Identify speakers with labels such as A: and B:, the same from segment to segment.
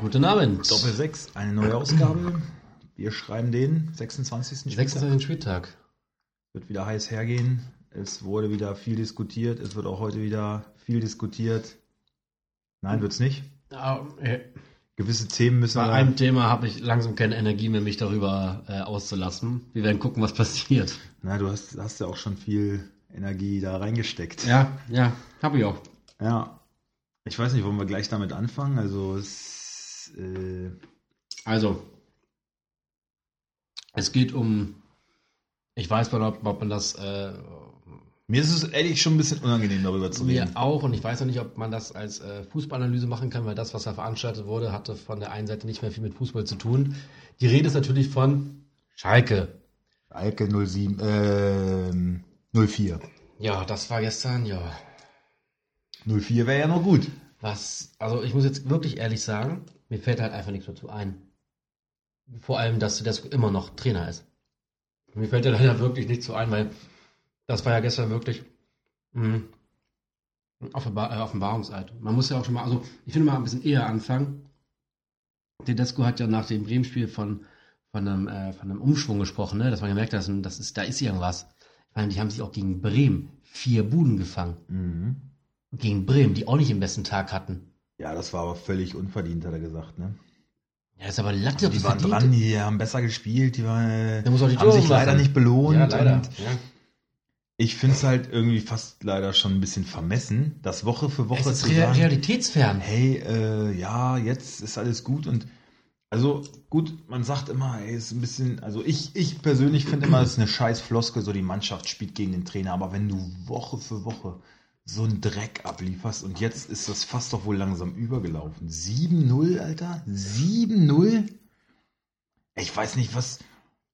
A: Guten Abend.
B: Doppel 6, eine neue Ausgabe. Wir schreiben den 26. Spieltag.
A: 26. Spieltag.
B: Wird wieder heiß hergehen. Es wurde wieder viel diskutiert. Es wird auch heute wieder viel diskutiert. Nein, wird's nicht.
A: Ah, äh,
B: Gewisse Themen müssen
A: Bei
B: wir-
A: einem Thema habe ich langsam keine Energie mehr, mich darüber äh, auszulassen. Wir werden gucken, was passiert.
B: Na, du hast, hast ja auch schon viel Energie da reingesteckt.
A: Ja, ja, habe ich auch.
B: Ja. Ich weiß nicht, wollen wir gleich damit anfangen? Also, es, äh,
A: Also, es geht um. Ich weiß mal, ob, ob man das äh,
B: mir ist es ehrlich schon ein bisschen unangenehm, darüber zu
A: mir
B: reden.
A: auch und ich weiß noch nicht, ob man das als äh, Fußballanalyse machen kann, weil das, was da veranstaltet wurde, hatte von der einen Seite nicht mehr viel mit Fußball zu tun. Die Rede ist natürlich von Schalke.
B: Alke 07, ähm, 04.
A: Ja, das war gestern, ja.
B: 04 wäre ja noch gut.
A: Was, also ich muss jetzt wirklich ehrlich sagen, mir fällt halt einfach nichts dazu ein. Vor allem, dass das immer noch Trainer ist. Mir fällt da leider wirklich nichts zu ein, weil das war ja gestern wirklich mh, ein Offenbar äh, Offenbarungseid. Man muss ja auch schon mal, also ich finde mal ein bisschen eher anfangen. Tedesco hat ja nach dem Bremen-Spiel von, von, einem, äh, von einem Umschwung gesprochen, ne? dass man gemerkt hat, dass- das ist, da ist irgendwas. Ich meine, die haben sich auch gegen Bremen vier Buden gefangen.
B: Mhm.
A: Gegen Bremen, die auch nicht den besten Tag hatten.
B: Ja, das war aber völlig unverdient, hat er gesagt, ne?
A: Ja, ist aber Latte,
B: Also die waren
A: verdient.
B: dran, die haben besser gespielt, die waren,
A: Da muss auch die
B: haben
A: Tore
B: sich leider
A: machen.
B: nicht belohnt.
A: ja, leider.
B: Und
A: Ja.
B: ich finde es halt irgendwie fast leider schon ein bisschen vermessen, das Woche für
A: Es
B: Woche
A: ist
B: zu
A: re
B: sagen,
A: realitätsfern.
B: hey, äh, ja, jetzt ist alles gut und also gut, man sagt immer, ey, ist ein bisschen, also ich, ich persönlich finde immer, es ist eine scheiß Floske, so die Mannschaft spielt gegen den Trainer, aber wenn du Woche für Woche so einen Dreck ablieferst und jetzt ist das fast doch wohl langsam übergelaufen. 7-0, Alter? 7-0? Ey, Ich weiß nicht, was,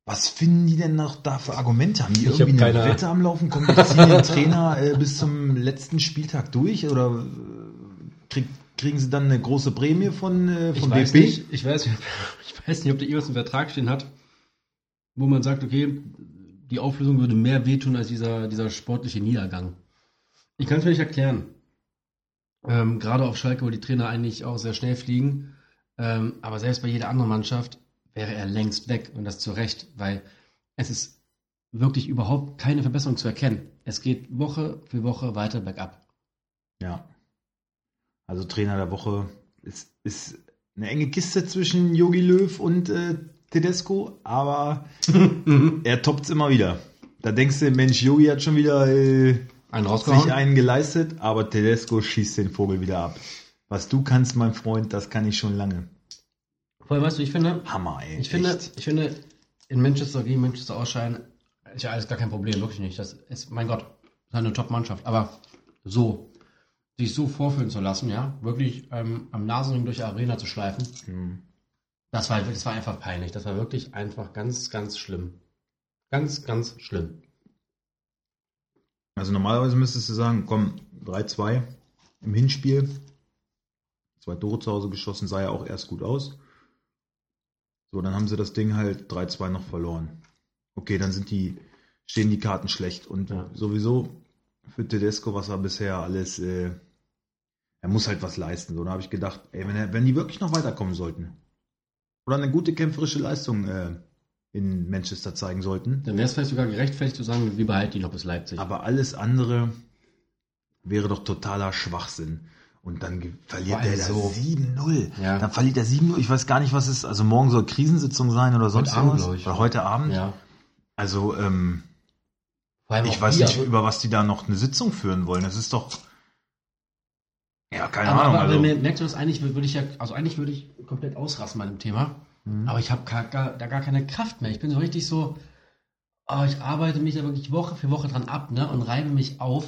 B: was finden die denn noch da für Argumente? Haben die
A: Ich hab
B: irgendwie eine
A: keine-
B: Wette am Laufen? Kommen die ziehen den Trainer äh, bis zum letzten Spieltag durch oder äh, krieg, kriegen sie dann eine große Prämie von, äh, von
A: weiß
B: DFB?
A: nicht, ich weiß, ich weiß nicht, ob der irgendwas im Vertrag stehen hat, wo man sagt, okay, die Auflösung würde mehr wehtun als dieser, dieser sportliche Niedergang. Ich kann es mir nicht erklären. Ähm, gerade auf Schalke, wo die Trainer eigentlich auch sehr schnell fliegen. Ähm, aber selbst bei jeder anderen Mannschaft wäre er längst weg und das zu Recht, weil es ist wirklich überhaupt keine Verbesserung zu erkennen. Es geht Woche für Woche weiter bergab.
B: Ja. Also Trainer der Woche ist, ist eine enge Kiste zwischen Jogi Löw und äh, Tedesco, aber er toppt's immer wieder. Da denkst du, Mensch, Jogi hat schon wieder äh,
A: Einen
B: sich
A: rausgehauen?
B: einen geleistet, aber Tedesco schießt den Vogel wieder ab. Was du kannst, mein Freund, das kann ich schon lange.
A: Vor allem, weißt du, ich finde,
B: Hammer, ey.
A: ich finde,
B: echt.
A: ich finde, in Manchester gegen Manchester ausscheiden, ist ja alles gar kein Problem, wirklich nicht. Das ist, mein Gott, ist eine Top-Mannschaft. Aber so, sich so vorführen zu lassen, ja, wirklich ähm, am Nasenring durch die Arena zu schleifen,
B: Hm.
A: das war, das war einfach peinlich. Das war wirklich einfach ganz, ganz schlimm. Ganz, ganz schlimm.
B: Also normalerweise müsstest du sagen, komm, 3-2 im Hinspiel. Zwei Tore zu Hause geschossen, sah ja auch erst gut aus. So, dann haben sie das Ding halt 3-2 noch verloren. Okay, dann sind die, stehen die Karten schlecht. Und
A: Ja.
B: sowieso für Tedesco, was er bisher alles, äh, er muss halt was leisten. So, da habe ich gedacht, ey, wenn, er, wenn die wirklich noch weiterkommen sollten oder eine gute kämpferische Leistung äh, in Manchester zeigen sollten,
A: Dann wäre es vielleicht sogar gerechtfertigt zu sagen, wir behalten ihn noch bis Leipzig.
B: aber alles andere wäre doch totaler Schwachsinn. Und dann ge- verliert
A: Vor allem
B: der da
A: so.
B: 7-0.
A: Ja.
B: Dann verliert er 7-0. Ich weiß gar nicht, was ist. Also morgen soll Krisensitzung sein oder sonst
A: Abend,
B: was.
A: glaub ich.
B: Oder heute Abend.
A: ja.
B: Also, ähm,
A: Vor allem
B: ich
A: auch
B: weiß
A: wir.
B: nicht, über was die da noch eine Sitzung führen wollen. Das ist doch. Ja, keine
A: aber,
B: Ahnung.
A: aber
B: also,
A: mer- merkst du das eigentlich, würde ich ja, also eigentlich würde ich komplett ausrasten bei dem Thema.
B: Mhm.
A: Aber ich habe gar, gar, da gar keine Kraft mehr. Ich bin so richtig so, ah, ich arbeite mich da wirklich Woche für Woche dran ab, ne? Und reibe mich auf.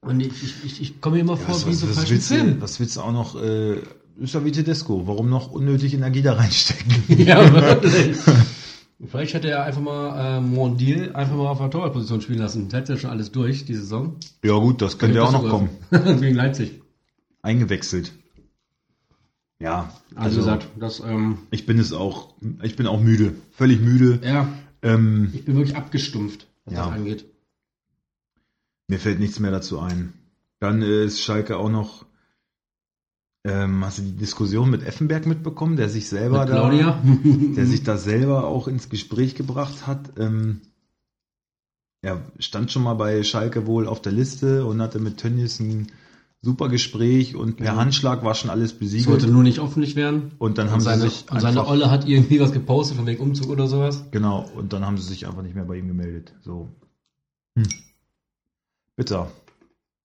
A: Und ich, ich, ich, ich komme mir immer
B: ja,
A: vor
B: was,
A: wie
B: was,
A: so
B: was,
A: falschen
B: willst du,
A: Film.
B: was willst du auch noch? Äh, ist ja wie Tedesco. Warum noch unnötig Energie da reinstecken?
A: ja, wirklich. Vielleicht hätte er einfach mal äh, Mondil einfach mal auf der Torwartposition spielen lassen. Das hätte ja schon alles durch, die Saison.
B: ja, gut, das könnte ja auch noch kommen.
A: Gegen Leipzig.
B: Eingewechselt. Ja,
A: Also, gesagt, das, ähm,
B: Ich bin es auch. Ich bin auch müde. Völlig müde.
A: ja,
B: Ähm,
A: ich bin wirklich abgestumpft, was
B: Ja.
A: das angeht.
B: mir fällt nichts mehr dazu ein. Dann äh, ist Schalke auch noch Ähm, hast du die Diskussion mit Effenberg mitbekommen, der sich selber
A: Mit
B: da,
A: Claudia? Mhm.
B: der sich da selber auch ins Gespräch gebracht hat? Ähm, er stand schon mal bei Schalke wohl auf der Liste und hatte mit Tönnies ein super Gespräch und per
A: Mhm.
B: Handschlag war schon alles
A: Es wollte
B: besiegelt.
A: nur nicht öffentlich werden.
B: Und dann haben
A: Und seine,
B: sie sich
A: und seine
B: einfach-
A: Olle hat irgendwie was gepostet von wegen Umzug oder sowas.
B: Genau, und dann haben sie sich einfach nicht mehr bei ihm gemeldet. So. Hm. Bitter.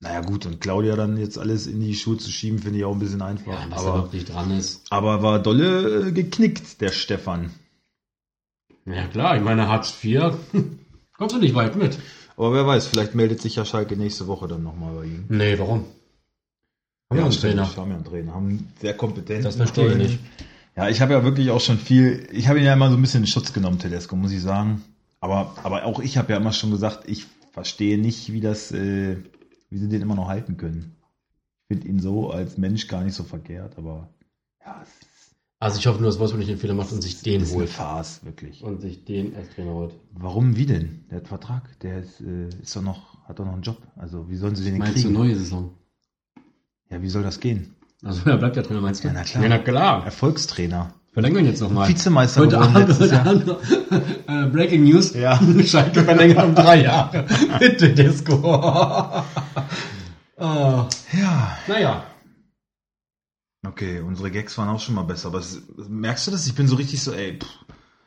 B: Naja, gut, und Claudia dann jetzt alles in die Schuhe zu schieben, finde ich auch ein bisschen einfach.
A: Ja, was da
B: aber,
A: wirklich dran ist.
B: aber war dolle äh, geknickt, der Stefan.
A: Ja klar, ich meine Hartz IV. Kommst du nicht weit mit.
B: Aber wer weiß, vielleicht meldet sich ja Schalke nächste Woche dann nochmal bei ihm.
A: Nee, warum? Haben wir einen
B: stimmt,
A: Trainer.
B: Haben ja einen Trainer. Haben einen sehr kompetent.
A: Das verstehe ich nicht.
B: Ja, ich habe ja wirklich auch schon viel, ich habe ihn ja immer so ein bisschen in Schutz genommen, Tedesco, muss ich sagen. Aber, aber auch ich habe ja immer schon gesagt, ich verstehe nicht, wie das, äh, wie sie den immer noch halten können. Ich finde ihn so als Mensch gar nicht so verkehrt, aber ja, es
A: Also ich hoffe nur, dass Wolfsburg nicht den Fehler macht und sich den
B: ist eine
A: holt.
B: Farce, wirklich.
A: Und sich den als Trainer holt.
B: Warum wie denn? Der hat Vertrag, der ist, äh, ist doch noch, hat doch noch einen Job. Also wie sollen sie den
A: Meinst du
B: kriegen?
A: neue Saison?
B: Ja, wie soll das gehen?
A: Also er bleibt ja Trainer, meinst du?
B: Ja, na klar.
A: Ja, na klar.
B: Erfolgstrainer.
A: Verlängern jetzt nochmal.
B: Vizemeister
A: Heute
B: geworden
A: Abend,
B: letztes
A: heute
B: Jahr.
A: Abend äh, Breaking News.
B: Ja.
A: Schalke verlängert um drei Jahre. Mit Tedesco. Ah,
B: Ja.
A: naja.
B: Okay, unsere Gags waren auch schon mal besser, aber es, merkst du das? Ich bin so richtig so, ey, pff,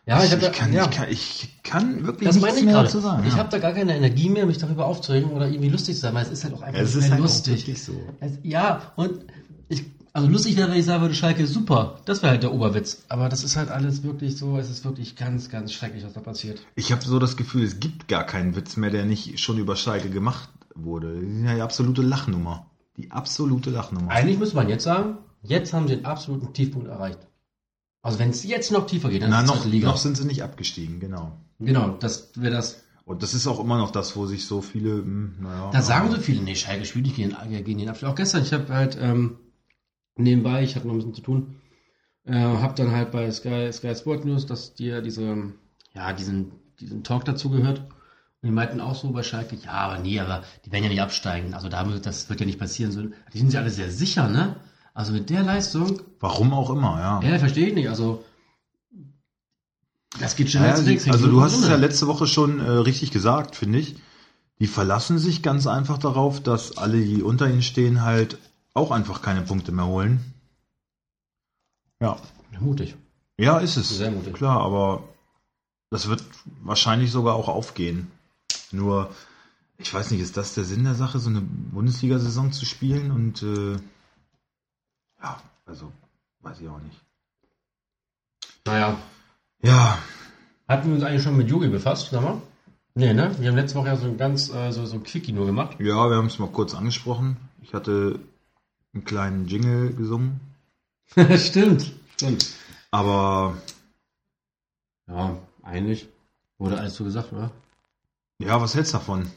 A: Ja,
B: ich,
A: hab da-
B: ich, kann,
A: ja.
B: ich, kann, ich kann wirklich
A: Das
B: nichts
A: meine ich
B: mehr
A: gerade.
B: dazu sagen.
A: Ich
B: ja.
A: habe da gar keine Energie mehr, mich darüber aufzuregen oder irgendwie lustig zu sein, weil es ist halt auch einfach
B: es
A: nicht
B: ist
A: mehr
B: halt Auch
A: lustig.
B: wirklich so.
A: Es, ja, und ich, also lustig wäre, wenn ich sagen würde, Schalke ist super. Das wäre halt der Oberwitz. Aber das ist halt alles wirklich so, es ist wirklich ganz, ganz schrecklich, was da passiert.
B: Ich habe so das Gefühl, es gibt gar keinen Witz mehr, der nicht schon über Schalke gemacht wurde. Die sind ja die absolute Lachnummer. Die absolute Lachnummer.
A: Eigentlich müsste man jetzt sagen, jetzt haben sie den absoluten Tiefpunkt erreicht. Also wenn es jetzt noch tiefer geht, dann
B: Na,
A: ist es
B: noch,
A: zweite Liga.
B: noch sind sie nicht abgestiegen, genau.
A: Genau, das wäre das.
B: Und das ist auch immer noch das, wo sich so viele, hm, naja.
A: Da sagen so viele, nee, Schalke spielt nicht gegen, den- gegen den Abstieg. Auch gestern, ich habe halt ähm, nebenbei, ich habe noch ein bisschen zu tun, äh, habe dann halt bei Sky, Sky Sport News, dass dir diese, ja, diesen, diesen Talk dazu gehört. Und die meinten auch so bei Schalke, ja, aber nee, aber die werden ja nicht absteigen. Also da, muss- das wird ja nicht passieren. So, die sind sich alle sehr sicher, ne? Also mit der Leistung,
B: Warum auch immer, ja.
A: ja, verstehe ich nicht. Also das geht schon
B: Ja,
A: jetzt
B: sie,
A: nichts.
B: also du hast es ja
A: Drinne.
B: letzte Woche schon äh, richtig gesagt, finde ich. Die verlassen sich ganz einfach darauf, dass alle, die unter ihnen stehen, halt auch einfach keine Punkte mehr holen. Ja,
A: Mutig.
B: ja, ist es.
A: Sehr mutig.
B: Klar, aber das wird wahrscheinlich sogar auch aufgehen. Nur, ich weiß nicht, ist das der Sinn der Sache, so eine Bundesliga-Saison zu spielen? Und äh, ja, also weiß ich auch nicht.
A: Naja,
B: Ja,
A: Hatten wir uns eigentlich schon mit Yogi befasst, sag mal? Nee, ne? Wir haben letzte Woche ja so ein ganz, äh, so, so ein Quickie nur gemacht.
B: Ja, wir haben es mal kurz angesprochen. Ich hatte einen kleinen Jingle gesungen,
A: stimmt, stimmt.
B: aber
A: Ja, eigentlich wurde alles so gesagt, oder?
B: ja, was hältst du davon?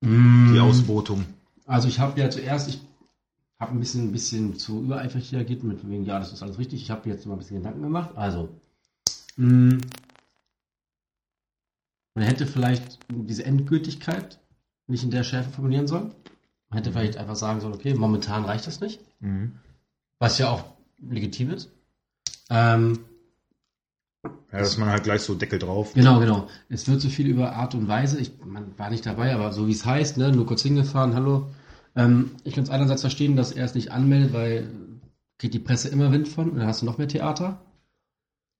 A: Mm.
B: Die Ausbotung.
A: Also ich habe ja zuerst, ich habe ein bisschen, ein bisschen zu übereifrig reagiert mit wegen, ja, das ist alles richtig. Ich habe jetzt mal ein bisschen Gedanken gemacht. Also, mm, man hätte vielleicht diese Endgültigkeit nicht in der Schärfe formulieren sollen. Man hätte vielleicht einfach sagen sollen, okay, momentan reicht das nicht.
B: Mhm.
A: Was ja auch legitim ist. Ähm,
B: Ja, dass man halt gleich so Deckel drauf.
A: genau, genau. Es wird so viel über Art und Weise, ich man war nicht dabei, aber so wie es heißt, ne, nur kurz hingefahren, hallo. Ähm, ich kann es einerseits verstehen, dass er es nicht anmeldet, weil äh, kriegt die Presse immer Wind von und dann hast du noch mehr Theater.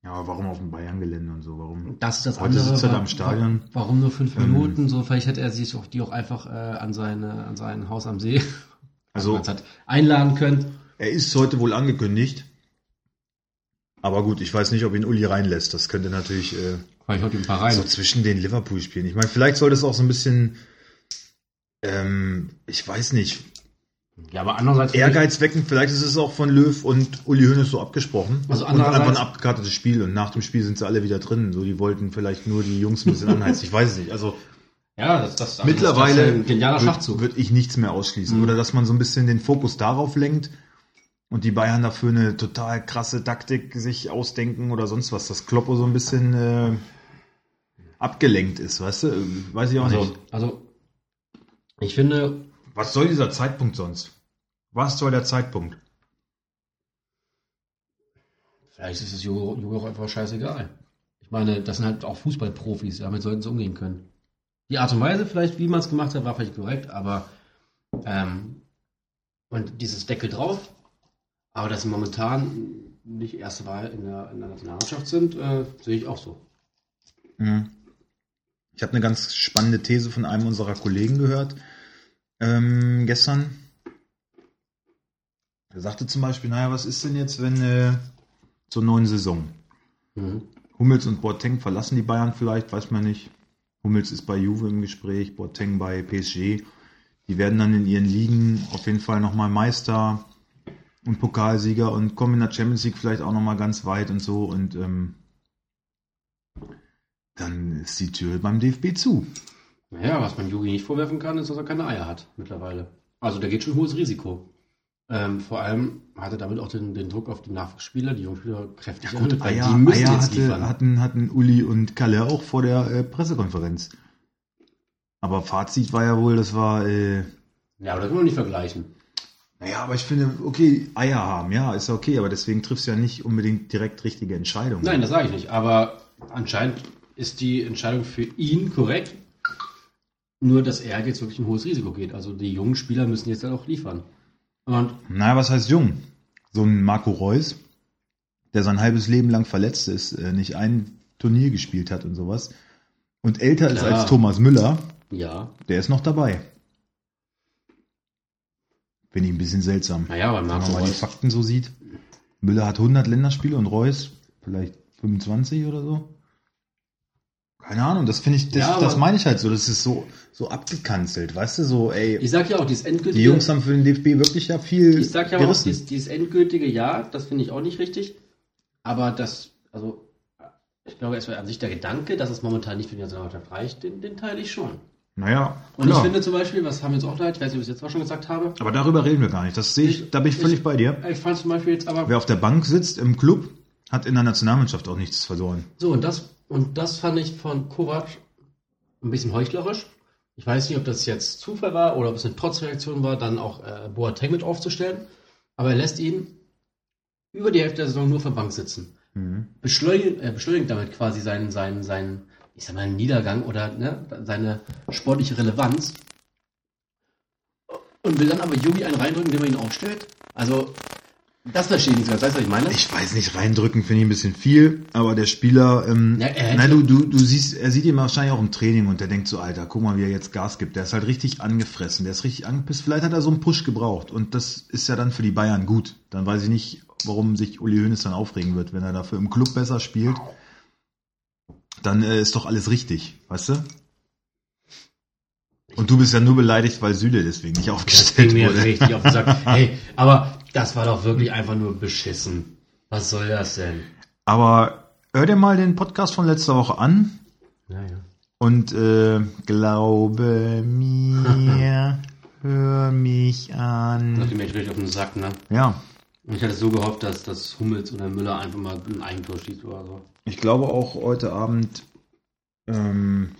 B: Ja, aber warum auf dem Bayern-Gelände und so? Warum?
A: Das ist das
B: Heute sitzt er
A: wa-
B: da im Stadion.
A: wa- Warum nur fünf
B: Ähm.
A: Minuten? So, vielleicht hätte er sich auch die auch einfach äh, an, seine, an sein Haus am See
B: Also,
A: hat, einladen können.
B: er ist heute wohl angekündigt. Aber gut, ich weiß nicht, ob ihn Uli reinlässt. Das könnte natürlich äh,
A: Weil ich heute ein paar rein.
B: so zwischen den Liverpool-Spielen. Ich meine, vielleicht sollte es auch so ein bisschen, ähm, ich weiß nicht,
A: Ja, aber andererseits.
B: Ehrgeiz wecken, vielleicht ist es auch von Löw und Uli Hoeneß so abgesprochen.
A: Also
B: und einfach ein
A: andererseits-
B: abgekartetes Spiel und nach dem Spiel sind sie alle wieder drin. So, die wollten vielleicht nur die Jungs ein bisschen anheizen. Ich weiß es nicht. Also
A: Ja, das, das, das
B: mittlerweile
A: ist ein genialer
B: würde
A: Schachzug.
B: würd ich nichts mehr ausschließen.
A: Mhm.
B: Oder dass man so ein bisschen den Fokus darauf lenkt und die Bayern dafür eine total krasse Taktik sich ausdenken oder sonst was. Dass Kloppo so ein bisschen äh, abgelenkt ist, weißt du? Weiß ich auch
A: Also,
B: nicht.
A: also, ich finde,
B: Was soll dieser Zeitpunkt sonst? Was soll der Zeitpunkt?
A: Vielleicht ist es Jogo Jogo auch einfach scheißegal. Ich meine, das sind halt auch Fußballprofis, damit sollten sie umgehen können. Die Art und Weise vielleicht, wie man es gemacht hat, war vielleicht korrekt, aber ähm, und dieses Deckel drauf, aber dass sie momentan nicht erste Wahl in der, in der Nationalmannschaft sind, äh, sehe ich auch so.
B: Mhm. Ich habe eine ganz spannende These von einem unserer Kollegen gehört ähm, gestern. Er sagte zum Beispiel, naja, was ist denn jetzt, wenn äh, zur neuen Saison
A: Mhm.
B: Hummels und Boateng verlassen die Bayern vielleicht, weiß man nicht. Hummels ist bei Juve im Gespräch, Boateng bei PSG. Die werden dann in ihren Ligen auf jeden Fall nochmal Meister und Pokalsieger und kommen in der Champions League vielleicht auch nochmal ganz weit und so. Und ähm, dann ist die Tür beim DFB zu.
A: Naja, was man Yugi nicht vorwerfen kann, ist, dass er keine Eier hat mittlerweile. Also der geht schon hohes Risiko. Ähm, vor allem hat er damit auch den, den Druck auf die Nachwuchsspieler, die Jungspieler kräftig
B: Ja, gut,
A: erhöht, weil
B: Eier,
A: die müssen
B: Eier
A: jetzt
B: hatte,
A: liefern.
B: hatten, hatten Uli und Kalle auch vor der äh, Pressekonferenz. Aber Fazit war ja wohl, das war. Äh,
A: Ja, aber das können wir nicht vergleichen.
B: naja, aber ich finde, okay, Eier haben, ja, ist okay, aber deswegen triffst du ja nicht unbedingt direkt richtige Entscheidungen.
A: Nein, das sage ich nicht. Aber anscheinend ist die Entscheidung für ihn korrekt. Nur, dass er jetzt wirklich ein hohes Risiko geht. Also die jungen Spieler müssen jetzt dann auch liefern. Und
B: Naja, was heißt jung? So ein Marco Reus, der sein halbes Leben lang verletzt ist, äh, nicht ein Turnier gespielt hat und sowas. Und älter ist
A: Klar.
B: als Thomas Müller,
A: ja,
B: der ist noch dabei. Finde ich ein bisschen seltsam.
A: naja, bei
B: Wenn
A: Marco
B: man mal die
A: Also Reus.
B: Fakten so sieht. Müller hat 100 Länderspiele und Reus vielleicht 25 oder so. Keine Ahnung, das finde ich, das,
A: Ja, aber-
B: das meine ich halt so, das ist so, so abgekanzelt, weißt du, so, ey,
A: Ich sag ja auch, dieses endgültige,
B: die Jungs haben für den DFB wirklich ja viel
A: ich sag ja auch,
B: gerissen.
A: dieses, dieses endgültige Ja, das finde ich auch nicht richtig. Aber das, also, ich glaube erstmal an sich der Gedanke, dass es momentan nicht für die Nationalmannschaft reicht, den, den teile ich schon.
B: naja,
A: Und
B: klar.
A: ich finde zum Beispiel, was haben wir jetzt auch leid, ich weiß nicht, ob ich es jetzt auch schon gesagt habe,
B: aber darüber reden wir gar nicht, das sehe ich,
A: Ich-
B: da bin ich
A: ich-
B: völlig bei dir.
A: ich fand zum Beispiel jetzt aber,
B: Wer auf der Bank sitzt im Club, hat in der Nationalmannschaft auch nichts verloren.
A: So, und das, und das fand ich von Kovac ein bisschen heuchlerisch. Ich weiß nicht, ob das jetzt Zufall war oder ob es eine Trotzreaktion war, dann auch äh, Boateng mit aufzustellen. Aber er lässt ihn über die Hälfte der Saison nur auf der Bank sitzen.
B: Mhm.
A: Beschleunigt, äh, beschleunigt damit quasi seinen, seinen, seinen, ich sag mal, Niedergang oder ne, seine sportliche Relevanz. Und will dann aber Yugi einen reindrücken, indem er ihn aufstellt. Also, das verstehe ich nicht ganz. Weißt du, was ich meine?
B: Ich weiß nicht, reindrücken finde ich ein bisschen viel, aber der Spieler, ähm,
A: Ja, er hätte-
B: nein, du, du, du siehst, er sieht ihn wahrscheinlich auch im Training und der denkt so, Alter, guck mal, wie er jetzt Gas gibt. Der ist halt richtig angefressen, der ist richtig angepisst. Vielleicht hat er so einen Push gebraucht und das ist ja dann für die Bayern gut. Dann weiß ich nicht, warum sich Uli Hoeneß dann aufregen wird, wenn er dafür im Club besser spielt. Dann äh, ist doch alles richtig, weißt du? Und du bist ja nur beleidigt, weil Süle deswegen nicht
A: Das
B: aufgestellt
A: ging mir
B: wurde.
A: richtig auf den Sack. Hey, aber das war doch wirklich einfach nur beschissen. Was soll das denn?
B: Aber hör dir mal den Podcast von letzter Woche an.
A: Naja.
B: Und äh, glaube mir, hör mich an.
A: Nachdem ich richtig auf den Sack, ne?
B: Ja,
A: Und ich hatte so gehofft, dass, dass Hummels oder Müller einfach mal ein Eigentor schießt oder so.
B: ich glaube auch heute Abend, ähm,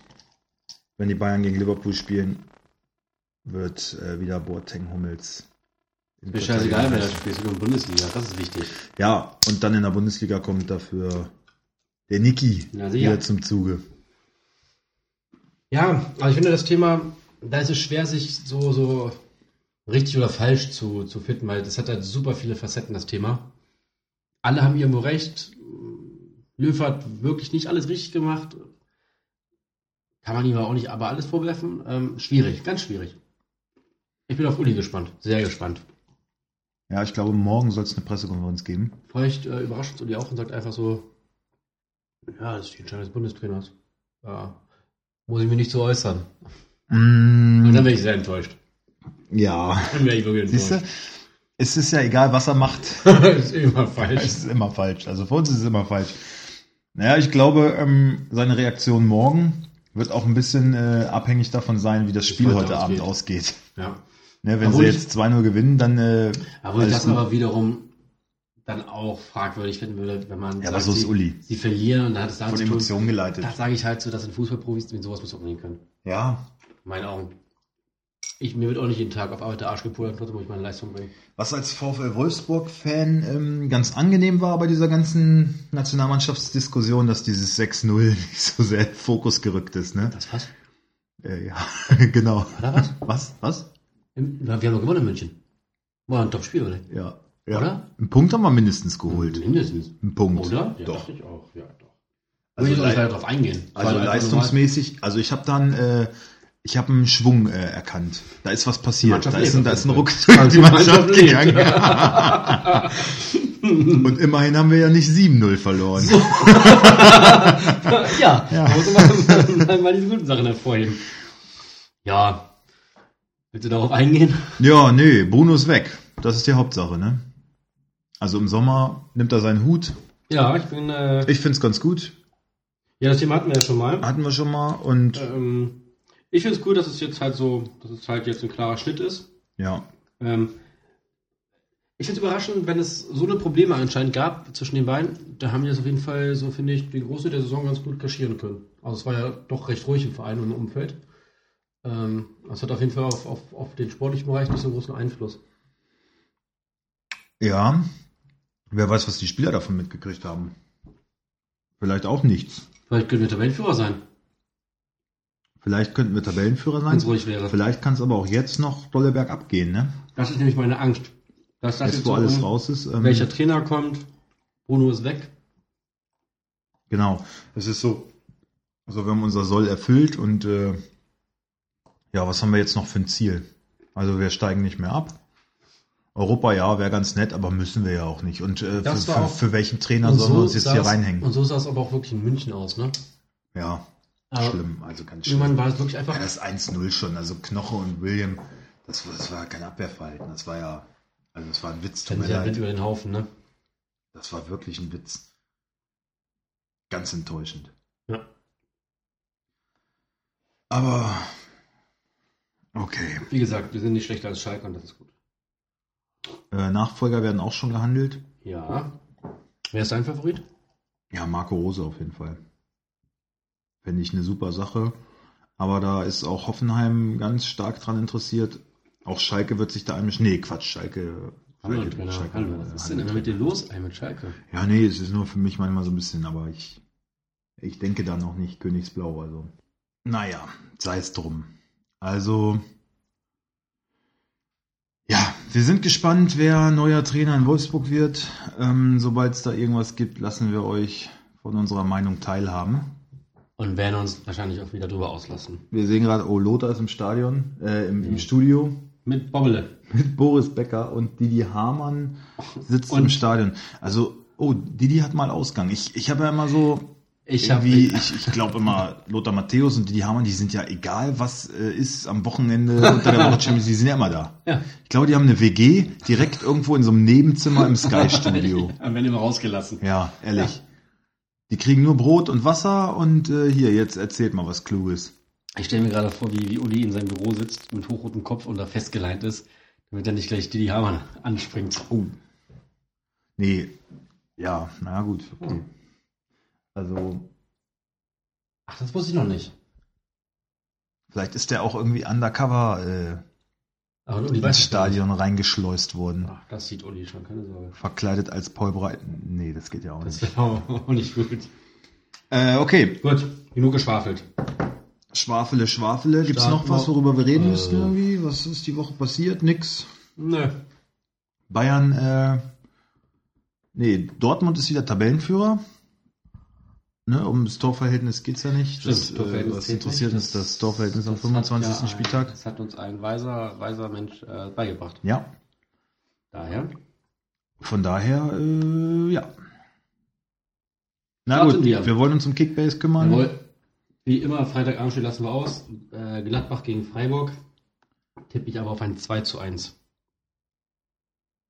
B: wenn die Bayern gegen Liverpool spielen, wird äh, wieder Boateng Hummels. in
A: Mir scheißegal, wer
B: Verteidigung
A: das
B: heißen.
A: spielt, sogar in der Bundesliga, das ist wichtig.
B: Ja, und dann in der Bundesliga kommt dafür der Niki
A: Ja, sicher.
B: wieder zum Zuge.
A: Ja, also ich finde das Thema, da ist es schwer, sich so, so richtig oder falsch zu, zu finden, weil das hat halt super viele Facetten, das Thema. Alle haben irgendwo recht. Löw hat wirklich nicht alles richtig gemacht. Kann man ihm aber auch nicht aber alles vorwerfen. Ähm, schwierig, ganz schwierig. Ich bin auf Uli gespannt, sehr gespannt.
B: Ja, ich glaube, morgen soll es eine Pressekonferenz geben.
A: Vielleicht äh, überrascht uns Uli auch und sagt einfach so, ja, das ist die Entscheidung des Bundestrainers. Ja, muss ich mich nicht zu äußern. Und dann
B: Mm,
A: wäre ich sehr enttäuscht.
B: ja,
A: Dann wäre ich wirklich
B: siehst du,
A: enttäuscht.
B: es ist ja egal, was er macht.
A: ist immer falsch.
B: Es ist immer falsch. Also für uns ist es immer falsch. Naja, ich glaube, ähm, seine Reaktion morgen wird auch ein bisschen äh, abhängig davon sein, wie das Spiel
A: heute
B: heute Abend
A: ausgeht.
B: ausgeht.
A: Ja. Also
B: Ne, wenn
A: Obwohl
B: sie
A: ich-
B: jetzt 2-0 gewinnen, dann. Äh,
A: Aber ich
B: alles
A: das
B: gut.
A: aber wiederum dann auch fragwürdig finden würde, wenn man
B: Ja, aber so ist
A: sie,
B: Uli.
A: sie verlieren und dann hat es damit
B: Von
A: zu tun.
B: Emotionen geleitet.
A: Das sage ich halt so, das sind Fußballprofis, mit sowas muss umgehen können.
B: Ja,
A: In meinen Augen. Ich, mir wird auch nicht jeden Tag auf Arbeit der Arsch gepudert, trotzdem muss ich meine Leistung bringen.
B: Was als VfL Wolfsburg-Fan ähm, ganz angenehm war bei dieser ganzen Nationalmannschaftsdiskussion, dass dieses 6-0 nicht so sehr in den Fokus gerückt ist, ne?
A: Das was?
B: Äh, ja, genau.
A: War da was?
B: Was? Was?
A: Im- Wir haben doch gewonnen in München. War ein Top-Spiel, oder?
B: Ja. ja.
A: Oder?
B: Einen Punkt haben wir mindestens geholt.
A: Mindestens.
B: Einen Punkt.
A: Oder? Ja,
B: Doch.
A: dachte ich auch. Ja, doch.
B: Also
A: Also Will ich auch nicht
B: lei-
A: weiter drauf eingehen.
B: Also
A: Weil-
B: leistungsmäßig, also ich habe dann, äh, ich habe einen Schwung äh, erkannt. Da ist was
A: Die
B: passiert.
A: Mannschaft
B: Da ist, ein,
A: lebt
B: da ist ein Ruck
A: auf
B: durch
A: jeden
B: die
A: Fall.
B: Mannschaft
A: Die Also Mannschaft
B: gegangen. Und immerhin haben wir ja nicht 7-0 verloren.
A: ja, ja. muss immer mal, mal diese guten Sachen hervorheben. Ja. Willst du darauf eingehen?
B: Ja, nee, Bruno ist weg. Das ist die Hauptsache, ne? Also im Sommer nimmt er seinen Hut.
A: Ja, ich bin. Äh,
B: Ich find's ganz gut.
A: ja, das Thema hatten wir ja schon mal.
B: Hatten wir schon mal. Und
A: Ähm, ich finde es cool, dass es jetzt halt so, dass es halt jetzt ein klarer Schnitt ist.
B: ja,
A: Ähm, ich finde es überraschend, wenn es so eine Probleme anscheinend gab zwischen den beiden, da haben die das auf jeden Fall, so finde ich, den Großteil der Saison ganz gut kaschieren können. Also es war ja doch recht ruhig im Verein und im Umfeld. Ähm, das hat auf jeden Fall auf, auf, auf den sportlichen Bereich nicht so einen großen Einfluss.
B: ja. Wer weiß, was die Spieler davon mitgekriegt haben. Vielleicht auch nichts.
A: Vielleicht können wir Tabellenführer sein,
B: Vielleicht könnten wir Tabellenführer
A: wenn
B: sein.
A: es ruhig wäre.
B: Vielleicht kann es aber auch jetzt noch dolle bergab gehen, ne?
A: Das ist nämlich meine Angst. Dass das
B: jetzt,
A: jetzt
B: wo
A: so
B: alles
A: um-
B: raus ist. Ähm,
A: Welcher Trainer kommt, Bruno ist weg.
B: Genau. Es ist so, also wir haben unser Soll erfüllt und äh, ja, was haben wir jetzt noch für ein Ziel? Also wir steigen nicht mehr ab. Europa, ja, wäre ganz nett, aber müssen wir ja auch nicht. Und äh, für,
A: Das war
B: für,
A: auch-
B: für welchen Trainer
A: Und
B: sollen wir uns jetzt hier
A: sah's-
B: reinhängen?
A: Und so sah es aber auch wirklich in München aus, ne?
B: Ja,
A: Aber
B: schlimm, also ganz
A: Irgendwann
B: schlimm.
A: war es wirklich
B: Ja,
A: einfach.
B: das 1-0 schon, also Knoche und William, das, war- das war kein Abwehrverhalten, das war ja, also das war ein Witz, tut
A: Dann
B: mir
A: ist ja
B: leid.
A: Wind über den Haufen, ne?
B: Das war wirklich ein Witz. Ganz enttäuschend.
A: Ja.
B: Aber okay.
A: Wie gesagt, wir sind nicht schlechter als Schalke und das ist gut.
B: Äh, Nachfolger werden auch schon gehandelt.
A: Ja. Wer ist dein Favorit?
B: Ja, Marco Rose auf jeden Fall. Finde ich eine super Sache. Aber da ist auch Hoffenheim ganz stark dran interessiert. Auch Schalke wird sich da einmischen. Nee, Quatsch, Schalke.
A: Hallo,
B: Schalke-
A: Trainer.
B: Schalke- äh,
A: Hallo, was ist denn
B: Handel-
A: immer mit dir los? Ey, mit Schalke.
B: Ja, nee, es ist nur für mich manchmal so ein bisschen, aber ich, ich denke da noch nicht Königsblau, also. Naja, sei es drum. Also, ja, wir sind gespannt, wer neuer Trainer in Wolfsburg wird. Ähm, Sobald es da irgendwas gibt, lassen wir euch von unserer Meinung teilhaben.
A: Und werden uns wahrscheinlich auch wieder drüber auslassen.
B: Wir sehen gerade, oh, Lothar ist im Stadion, äh, im, im
A: Mhm.
B: Studio
A: Mit Bobbele.
B: mit Boris Becker und Didi Hamann sitzt
A: Und-
B: im Stadion. Also, oh, Didi hat mal Ausgang. Ich, ich habe ja immer so,
A: Ich habe
B: Irgendwie, ich, ich glaube immer, Lothar Matthäus und Didi Hamann, die sind ja egal, was äh, ist am Wochenende unter der Woche Champions, League, die sind ja immer da.
A: Ja.
B: Ich glaube, die haben eine WG direkt irgendwo in so einem Nebenzimmer im Sky-Studio.
A: Am Ende immer rausgelassen.
B: Ja, ehrlich. Die kriegen nur Brot und Wasser und äh, hier, jetzt erzählt mal was Kluges.
A: Ich stelle mir gerade vor, wie, wie Uli in seinem Büro sitzt mit hochrotem Kopf und da festgeleint ist, damit er nicht gleich Didi Hamann anspringt.
B: Oh. Nee. Ja, naja, gut. Okay.
A: Hm.
B: Also,
A: Ach, das wusste ich noch nicht.
B: vielleicht ist der auch irgendwie undercover
A: Aber
B: äh,
A: Uli
B: ins
A: das
B: Stadion reingeschleust worden.
A: Ach, das sieht Uli schon, keine Sorge.
B: Verkleidet als Paul Breiten. Nee, das geht ja auch
A: Das
B: nicht.
A: wäre auch nicht gut.
B: Äh, okay.
A: Gut, genug geschwafelt.
B: Schwafele, Schwafele. Gibt's
A: Starten
B: noch was,
A: wir-
B: worüber wir reden
A: Äh.
B: müssen irgendwie? Was ist die Woche passiert? Nix.
A: Nö.
B: Bayern, äh, nee, Dortmund ist wieder Tabellenführer. Ne, um das Torverhältnis geht's ja nicht. Das,
A: Stimmt, Torverhältnis
B: äh, was
A: zählt
B: interessiert
A: nicht.
B: ist das Torverhältnis am
A: das
B: 25.
A: hat ja ein-
B: Spieltag.
A: Das hat uns ein weiser, weiser Mensch äh, beigebracht.
B: Ja,
A: Daher.
B: von daher, äh, ja. Na
A: Starten
B: gut,
A: wir.
B: wir wollen uns um Kickbase kümmern.
A: Jawohl. Wie immer, Freitagabend steht, lassen wir aus. Äh, Gladbach gegen Freiburg. Tippe ich aber auf ein 2 zu 1.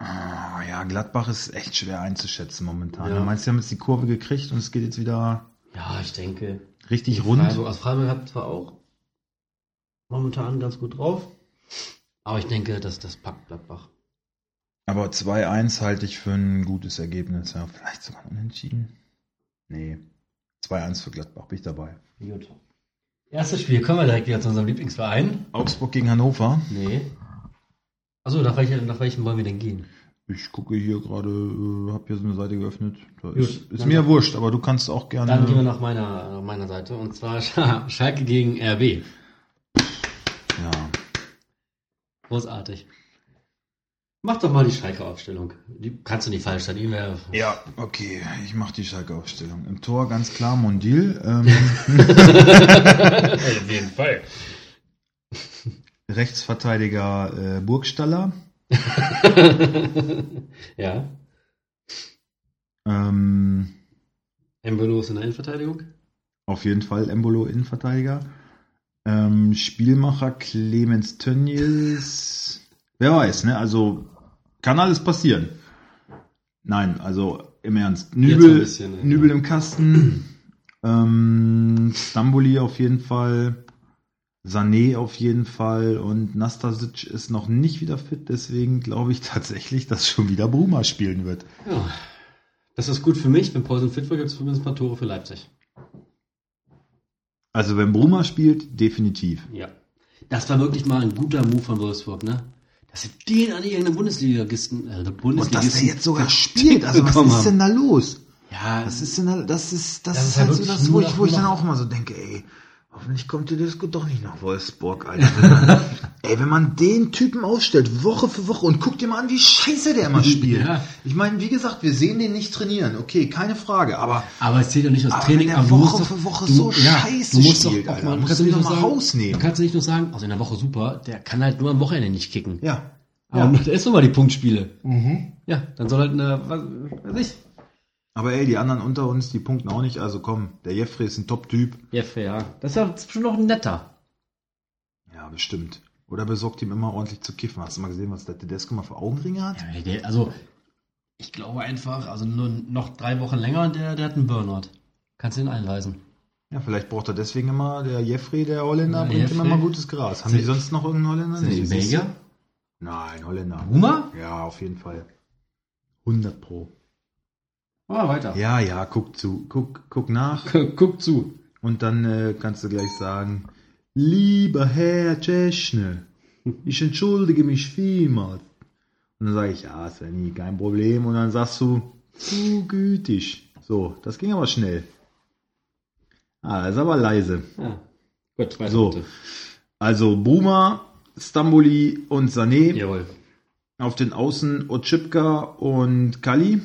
B: Ah, ja, Gladbach ist echt schwer einzuschätzen momentan.
A: Ja.
B: Du meinst, die haben jetzt die Kurve gekriegt und es geht jetzt wieder
A: Ja, ich denke.
B: richtig rund.
A: Freiburg, also Freiburg hat zwar auch momentan ganz gut drauf, aber ich denke, dass das packt Gladbach.
B: Aber 2-1 halte ich für ein gutes Ergebnis. Ja, vielleicht sogar unentschieden. Nee. 2-1 für Gladbach, bin ich dabei.
A: Gut. Erstes Spiel, kommen wir direkt wieder zu unserem Lieblingsverein.
B: Augsburg gegen Hannover.
A: Nee. Achso, nach welchem, nach welchem wollen wir denn gehen?
B: Ich gucke hier gerade, äh, habe hier so eine Seite geöffnet. Da
A: Gut,
B: ist ist
A: dann-
B: mir wurscht, aber du kannst auch gerne.
A: Dann gehen wir nach meiner, nach meiner Seite. Und zwar Sch- Schalke gegen RB.
B: ja.
A: Großartig. Mach doch mal die Schalke-Aufstellung. Die kannst du nicht falsch sein. E-Mail.
B: ja, okay, ich mache die Schalke-Aufstellung. Im Tor ganz klar Mondil. Ähm,
A: Auf jeden Fall.
B: Rechtsverteidiger äh, Burgstaller.
A: ja.
B: Ähm,
A: Embolo ist in der Innenverteidigung.
B: auf jeden Fall Embolo Innenverteidiger. Ähm, Spielmacher Clemens Tönnies. Wer weiß, ne? Also kann alles passieren. Nein, also im Ernst.
A: ein
B: Nübel,
A: bisschen, ne?
B: Nübel im Kasten. ähm, Stamboli auf jeden Fall. Sané auf jeden Fall und Nastasic ist noch nicht wieder fit, deswegen glaube ich tatsächlich, dass schon wieder Bruma spielen wird.
A: Ja. Das ist gut für mich. Wenn Paulsen fit war, gibt es zumindest ein paar Tore für Leipzig.
B: Also wenn Bruma spielt, definitiv.
A: Ja. Das war wirklich mal ein guter Move von Wolfsburg, ne? Dass sie den an irgendeinen Bundesligisten,
B: Und
A: äh,
B: dass er
A: Bundesligisten.
B: jetzt sogar spielt. Also was
A: bekommen
B: ist denn da los?
A: ja,
B: Was ist denn da, das ist, das,
A: Das
B: ist
A: ist ja
B: halt so
A: wirklich
B: das, wo
A: nur
B: ich, wo ich
A: nach-
B: dann auch mal so denke, ey, hoffentlich kommt dir das gut doch nicht nach Wolfsburg, Alter. Wenn man, ey, wenn man den Typen aufstellt, Woche für Woche und guck dir mal an, wie scheiße der immer spielt.
A: Ja.
B: Ich meine, wie gesagt, wir sehen den nicht trainieren, okay, keine Frage, aber
A: Aber es zählt doch nicht aus
B: Aber
A: Training.
B: wenn der
A: aber du
B: Woche
A: musst doch-
B: für Woche
A: du-
B: so scheiße
A: du musst
B: spielt,
A: doch, auch
B: Alter,
A: mal-
B: dann
A: kannst
B: kannst
A: du
B: du
A: nicht
B: den
A: nur
B: mal
A: sagen,
B: rausnehmen.
A: Kannst du nicht nur sagen, also in der Woche super, der kann halt nur am Wochenende nicht kicken.
B: ja. Mhm.
A: Aber das ist nun mal die Punktspiele. Ja, dann soll halt eine, was weiß ich.
B: Aber ey, die anderen unter uns, die punkten auch nicht, also komm, der Jeffrey ist ein Top-Typ.
A: Jeff, ja. Das ist ja bestimmt noch ein netter.
B: Ja, bestimmt. Oder besorgt ihm immer ordentlich zu kiffen. Hast du mal gesehen, was der Tedesco mal für Augenringe hat?
A: Ja, der- Also, ich glaube einfach, also nur noch drei Wochen länger und der, der hat einen Burnout. Kannst du ihn einweisen.
B: Ja, vielleicht braucht er deswegen immer, der Jeffrey, der Holländer,
A: Der
B: bringt immer
A: Jeffrey.
B: mal gutes Gras. Haben
A: Sind-
B: die sonst noch irgendeinen Holländer?
A: Sind die
B: siehst du?
A: Belgier?
B: Nein, Holländer.
A: Bruma?
B: Ja, auf jeden Fall. 100 pro.
A: Ah, weiter.
B: Ja, ja, guck zu. Guck, guck nach.
A: Guck zu.
B: Und dann äh, kannst du gleich sagen, lieber Herr Tschechne, ich entschuldige mich vielmals. Und dann sage ich, ja, Svenny, kein Problem. Und dann sagst du, zu gütig. So, das ging aber schnell. Ah, das ist aber leise.
A: Ja. Gut, weiter.
B: So.
A: bitte.
B: Also Bruma, Stamboli und Sané.
A: Jawohl.
B: Auf den Außen Otschipka und Kali.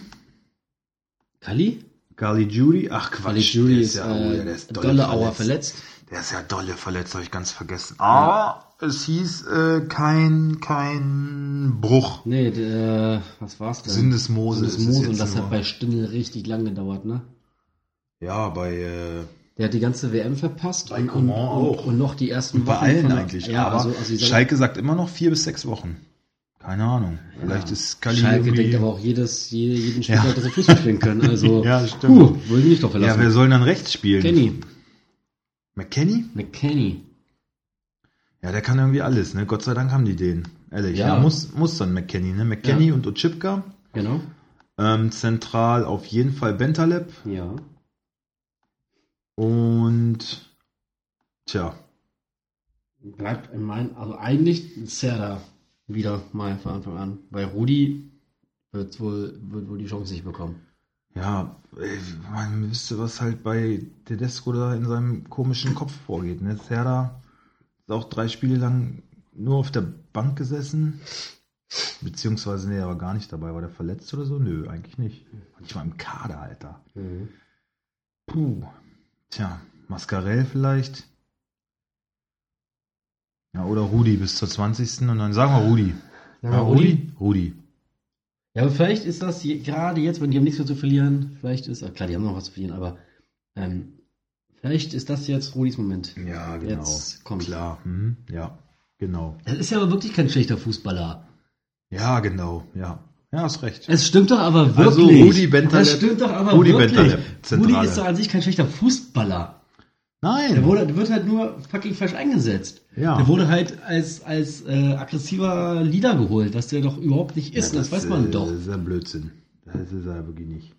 A: Kali?
B: Kali Judy. Ach Quatsch.
A: Kali Jury
B: der
A: ist,
B: ja, oh ja, der
A: äh,
B: ist dolle
A: dolle Auer
B: verletzt.
A: verletzt.
B: Der ist ja dolle verletzt, habe ich ganz vergessen. Aber es hieß äh, kein, kein Bruch.
A: Nee, der, was war's denn?
B: Syndesmose
A: Moses,
B: ist es
A: Mose
B: jetzt
A: und das
B: nur.
A: hat bei Stindl richtig lang gedauert, ne?
B: Ja, bei, äh,
A: Der hat die ganze WM verpasst
B: Bei
A: und, und,
B: Coman
A: und,
B: auch.
A: und noch die ersten
B: bei
A: Wochen
B: allen
A: von der-
B: eigentlich.
A: Ja,
B: aber
A: also, also ich sag-
B: Schalke sagt immer noch vier bis sechs Wochen. Keine Ahnung. Vielleicht
A: ja.
B: ist Kali
A: Schalke
B: irgendwie-
A: denkt aber auch jedes, je- jeden
B: Ja.
A: Spieler, dass er Fußball spielen kann. Also,
B: Ja, stimmt.
A: puh, wollen wir nicht doch
B: Ja,
A: verlassen.
B: wer soll denn dann rechts spielen?
A: Kenny.
B: McKenny?
A: McKenny.
B: Ja, der kann irgendwie alles, ne? Gott sei Dank haben die den. Ehrlich, ja.
A: Ja.
B: muss, muss dann McKenny, ne? McKenny
A: Ja.
B: und Ochipka.
A: Genau.
B: Ähm, zentral auf jeden Fall Bentaleb.
A: Ja.
B: Und tja,
A: Bleibt in meinen, also eigentlich Serda wieder mal von Anfang an. Weil Rudi wird wohl, wird wohl die Chance nicht bekommen.
B: ja, ey, man wüsste, was halt bei Tedesco da in seinem komischen Kopf vorgeht, ne? Serda ist auch drei Spiele lang nur auf der Bank gesessen. Beziehungsweise, nee, er war gar nicht dabei. War der verletzt oder so? Nö, eigentlich nicht. War Nicht mal im Kader, Alter.
A: Mhm.
B: Puh. Tja, Mascarell vielleicht. Ja, oder Rudi bis zur 20. Und dann sagen wir Rudi.
A: Ja, Rudi?
B: Rudi.
A: Ja, aber vielleicht ist das je, gerade jetzt, wenn die haben nichts mehr zu verlieren, vielleicht ist, ah, klar, die haben noch was zu verlieren, aber ähm, vielleicht ist das jetzt Rudis Moment.
B: Ja, genau.
A: Jetzt kommt.
B: Klar. Mhm. Ja, genau.
A: Das ist ja aber wirklich kein schlechter Fußballer.
B: Ja, genau. Ja. Ja, hast recht.
A: Es stimmt doch aber wirklich.
B: Also Rudi Bentaleb-
A: Das stimmt doch aber
B: Rudi
A: wirklich.
B: Bentaleb, Zentrale.
A: Rudi ist doch an sich kein schlechter Fußballer. Der,
B: Nein.
A: wurde, der wird halt nur fucking falsch eingesetzt.
B: Ja.
A: Der wurde halt als, als äh, aggressiver Leader geholt, was der doch überhaupt nicht ist.
B: Ja,
A: das, weiß man
B: äh,
A: doch.
B: Das ist ja Blödsinn. Das ist ja wirklich nicht.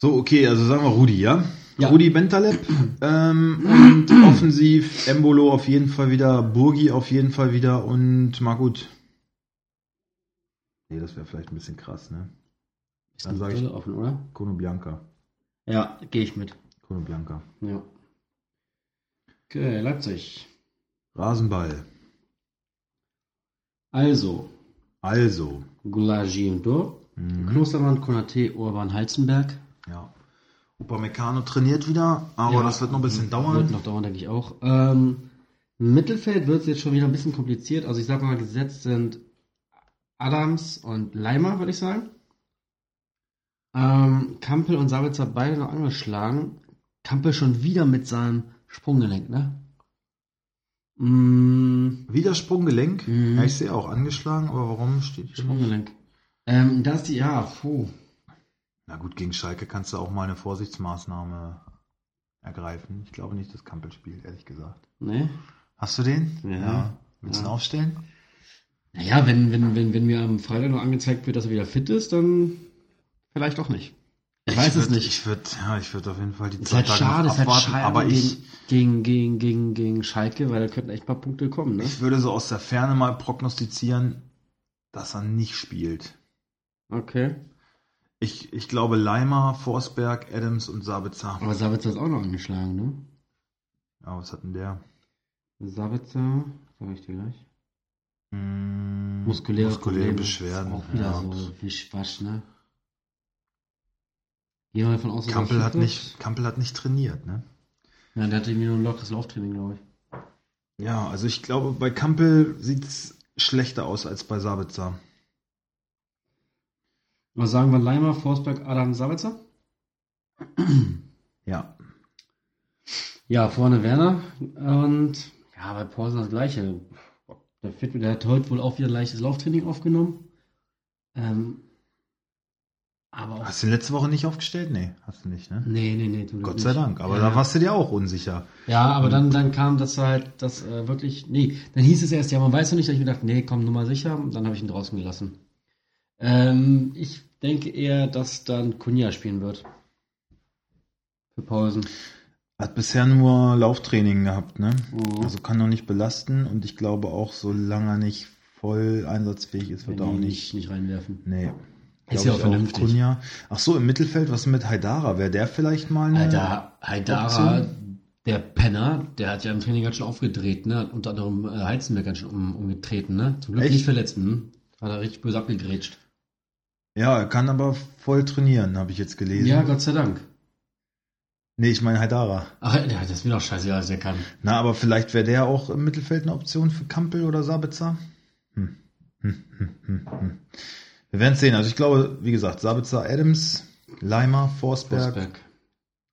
B: So, okay, also sagen wir Rudi, ja?
A: Ja.
B: Rudi Bentaleb ähm, und offensiv Embolo auf jeden Fall wieder, Burgi auf jeden Fall wieder und Margut. Nee, das wäre vielleicht ein bisschen krass, ne?
A: Ist
B: Dann
A: die
B: sag ich-
A: Brille offen, oder?
B: Kono Bianca.
A: Ja, gehe ich mit.
B: Kono Bianca.
A: Ja. Okay, Leipzig.
B: Rasenball.
A: Also,
B: Also.
A: Goulagi und Dor,
B: Mhm.
A: Klostermann, Konaté, Urban, Halzenberg.
B: Ja. Upamecano trainiert wieder, aber
A: Ja. Mhm.
B: das wird noch ein bisschen
A: Wird
B: dauern.
A: noch dauern, denke ich auch. Ähm, Mittelfeld wird es jetzt schon wieder ein bisschen kompliziert. Also ich sag mal, gesetzt sind Adams und Leimer, würde ich sagen. Ähm, Kampel und Sabitzer beide noch angeschlagen. Kampel schon wieder mit seinem Sprunggelenk, ne? Mm,
B: Wieder Sprunggelenk.
A: Mhm.
B: Ja, ich sehe auch angeschlagen, aber warum steht hier nicht?
A: Sprunggelenk. Ähm, das die, ja, puh.
B: Na gut, gegen Schalke kannst du auch mal eine Vorsichtsmaßnahme ergreifen. Ich glaube nicht, dass Kampel spielt, ehrlich gesagt.
A: Ne?
B: Hast du den?
A: Ja.
B: Willst du
A: Ja.
B: ihn aufstellen?
A: Naja, wenn, wenn, wenn, wenn mir am Freitag noch angezeigt wird, dass er wieder fit ist, dann vielleicht auch nicht. Ich, weiß es
B: würd-
A: nicht.
B: Ich würde ja, ich würd auf jeden Fall die
A: ist
B: zwei
A: halt
B: Tage
A: schade,
B: noch
A: ist halt
B: abwarten,
A: schade
B: aber ich,
A: gegen, gegen, gegen, gegen, gegen Schalke, weil da könnten echt ein paar Punkte kommen, ne?
B: ich würde so aus der Ferne mal prognostizieren, dass er nicht spielt.
A: Okay.
B: Ich, ich glaube Leimer, Forsberg, Adams und Sabitzer.
A: Aber Sabitzer ist auch noch angeschlagen, ne?
B: Ja, was hat denn der?
A: Sabitzer, sag ich dir gleich.
B: Mm,
A: Muskuläre,
B: muskuläre
A: Probleme.
B: Beschwerden.
A: Ist Auch wieder
B: ja.
A: so Wischwasch, ne? Gehen wir davon aus, dass er
B: Kampel,
A: fit
B: hat
A: ist?
B: nicht, Kampel hat nicht trainiert, ne?
A: Ja, der hatte irgendwie nur ein lockeres Lauftraining, glaube ich.
B: Ja, also ich glaube, bei Kampel sieht es schlechter aus als bei Sabitzer.
A: Was sagen wir? Leimer, Forsberg, Adam, Sabitzer?
B: Ja.
A: Ja, vorne Werner und ja, bei Paulsen das Gleiche. Der, fit, der hat heute wohl auch wieder leichtes Lauftraining aufgenommen. Ähm, aber auch.
B: Hast du ihn letzte Woche nicht aufgestellt? Nee, hast du nicht, ne?
A: Nee, nee, nee. tut das
B: Gott
A: nicht.
B: sei Dank. Aber
A: ja.
B: da warst du dir auch unsicher.
A: Ja, aber dann, dann kam das halt, das äh, wirklich. Nee, dann hieß es erst, ja, man weiß noch nicht. Da hab ich mir gedacht, nee, komm, nur mal sicher. Und Dann habe ich ihn draußen gelassen. Ähm, ich denke eher, dass dann Kunja spielen wird. Für Paulsen.
B: Hat bisher nur Lauftraining gehabt, ne?
A: Mhm.
B: Also kann noch nicht belasten und ich glaube auch, solange er nicht voll einsatzfähig ist, wird er auch
A: Nee,
B: nicht.
A: nicht reinwerfen.
B: Nee. Glaub
A: Ist ja auch
B: ich
A: vernünftig.
B: Kunja. Ach so, im Mittelfeld, was mit Haidara? Wäre der vielleicht mal eine
A: Alter, Haidara,
B: Äh, Option?
A: der Penner, der hat ja im Training ganz schön aufgedreht, ne? Hat unter anderem äh, Heizenberg ganz schön um, umgetreten, ne? Zum Glück
B: Echt?
A: nicht verletzt, hm? Hat er richtig böse abgegrätscht.
B: Ja, er kann aber voll trainieren, habe ich jetzt gelesen.
A: Ja, Gott sei Dank.
B: Nee, ich meine Haidara.
A: Ach, ja, das ist mir doch scheißegal, dass er kann.
B: Na, aber vielleicht wäre der auch im Mittelfeld eine Option für Kampel oder Sabitzer. Hm. Hm, hm, hm, hm. Wir werden sehen. Also ich glaube, wie gesagt, Sabitzer, Adams, Leimer, Forsberg,
A: Forsberg.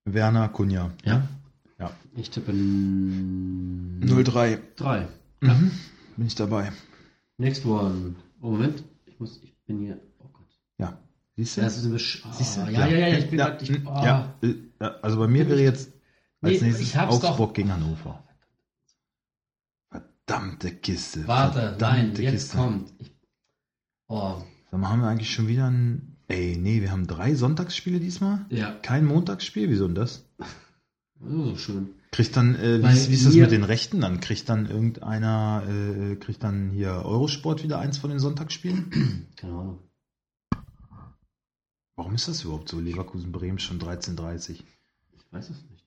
B: Werner, Kunja.
A: Ja.
B: Ja.
A: Ich tippe n-
B: 0-3.
A: drei.
B: Mhm. Bin ich dabei.
A: Next one. Oh, Moment. Ich muss, ich bin hier. Oh Gott.
B: Ja. Siehst du?
A: Das ist ein Besch
B: Siehst du?
A: Ah, ja, ja, ja, ich bin
B: ja,
A: grad- ich,
B: hm,
A: ah.
B: ja. Äh, ja. Also bei mir wäre jetzt als
A: Nee,
B: nächstes
A: ich hab's doch.
B: Augsburg gegen Hannover. Verdammte Kiste.
A: Warte, nein,
B: verdammte
A: jetzt
B: Kiste.
A: kommt. Ich, oh,
B: Sag mal, haben wir eigentlich schon wieder ein... Ey, nee, wir haben drei Sonntagsspiele diesmal?
A: ja.
B: Kein Montagsspiel, wieso denn das?
A: So schön.
B: Kriegt dann, äh, wie,
A: Weil
B: ist, wie ist das
A: wir-
B: mit den Rechten dann? Kriegt dann irgendeiner, äh, kriegt dann hier Eurosport wieder eins von den Sonntagsspielen?
A: Keine Ahnung.
B: Warum ist das überhaupt so? Leverkusen-Bremen schon 13.30
A: Ich weiß es nicht.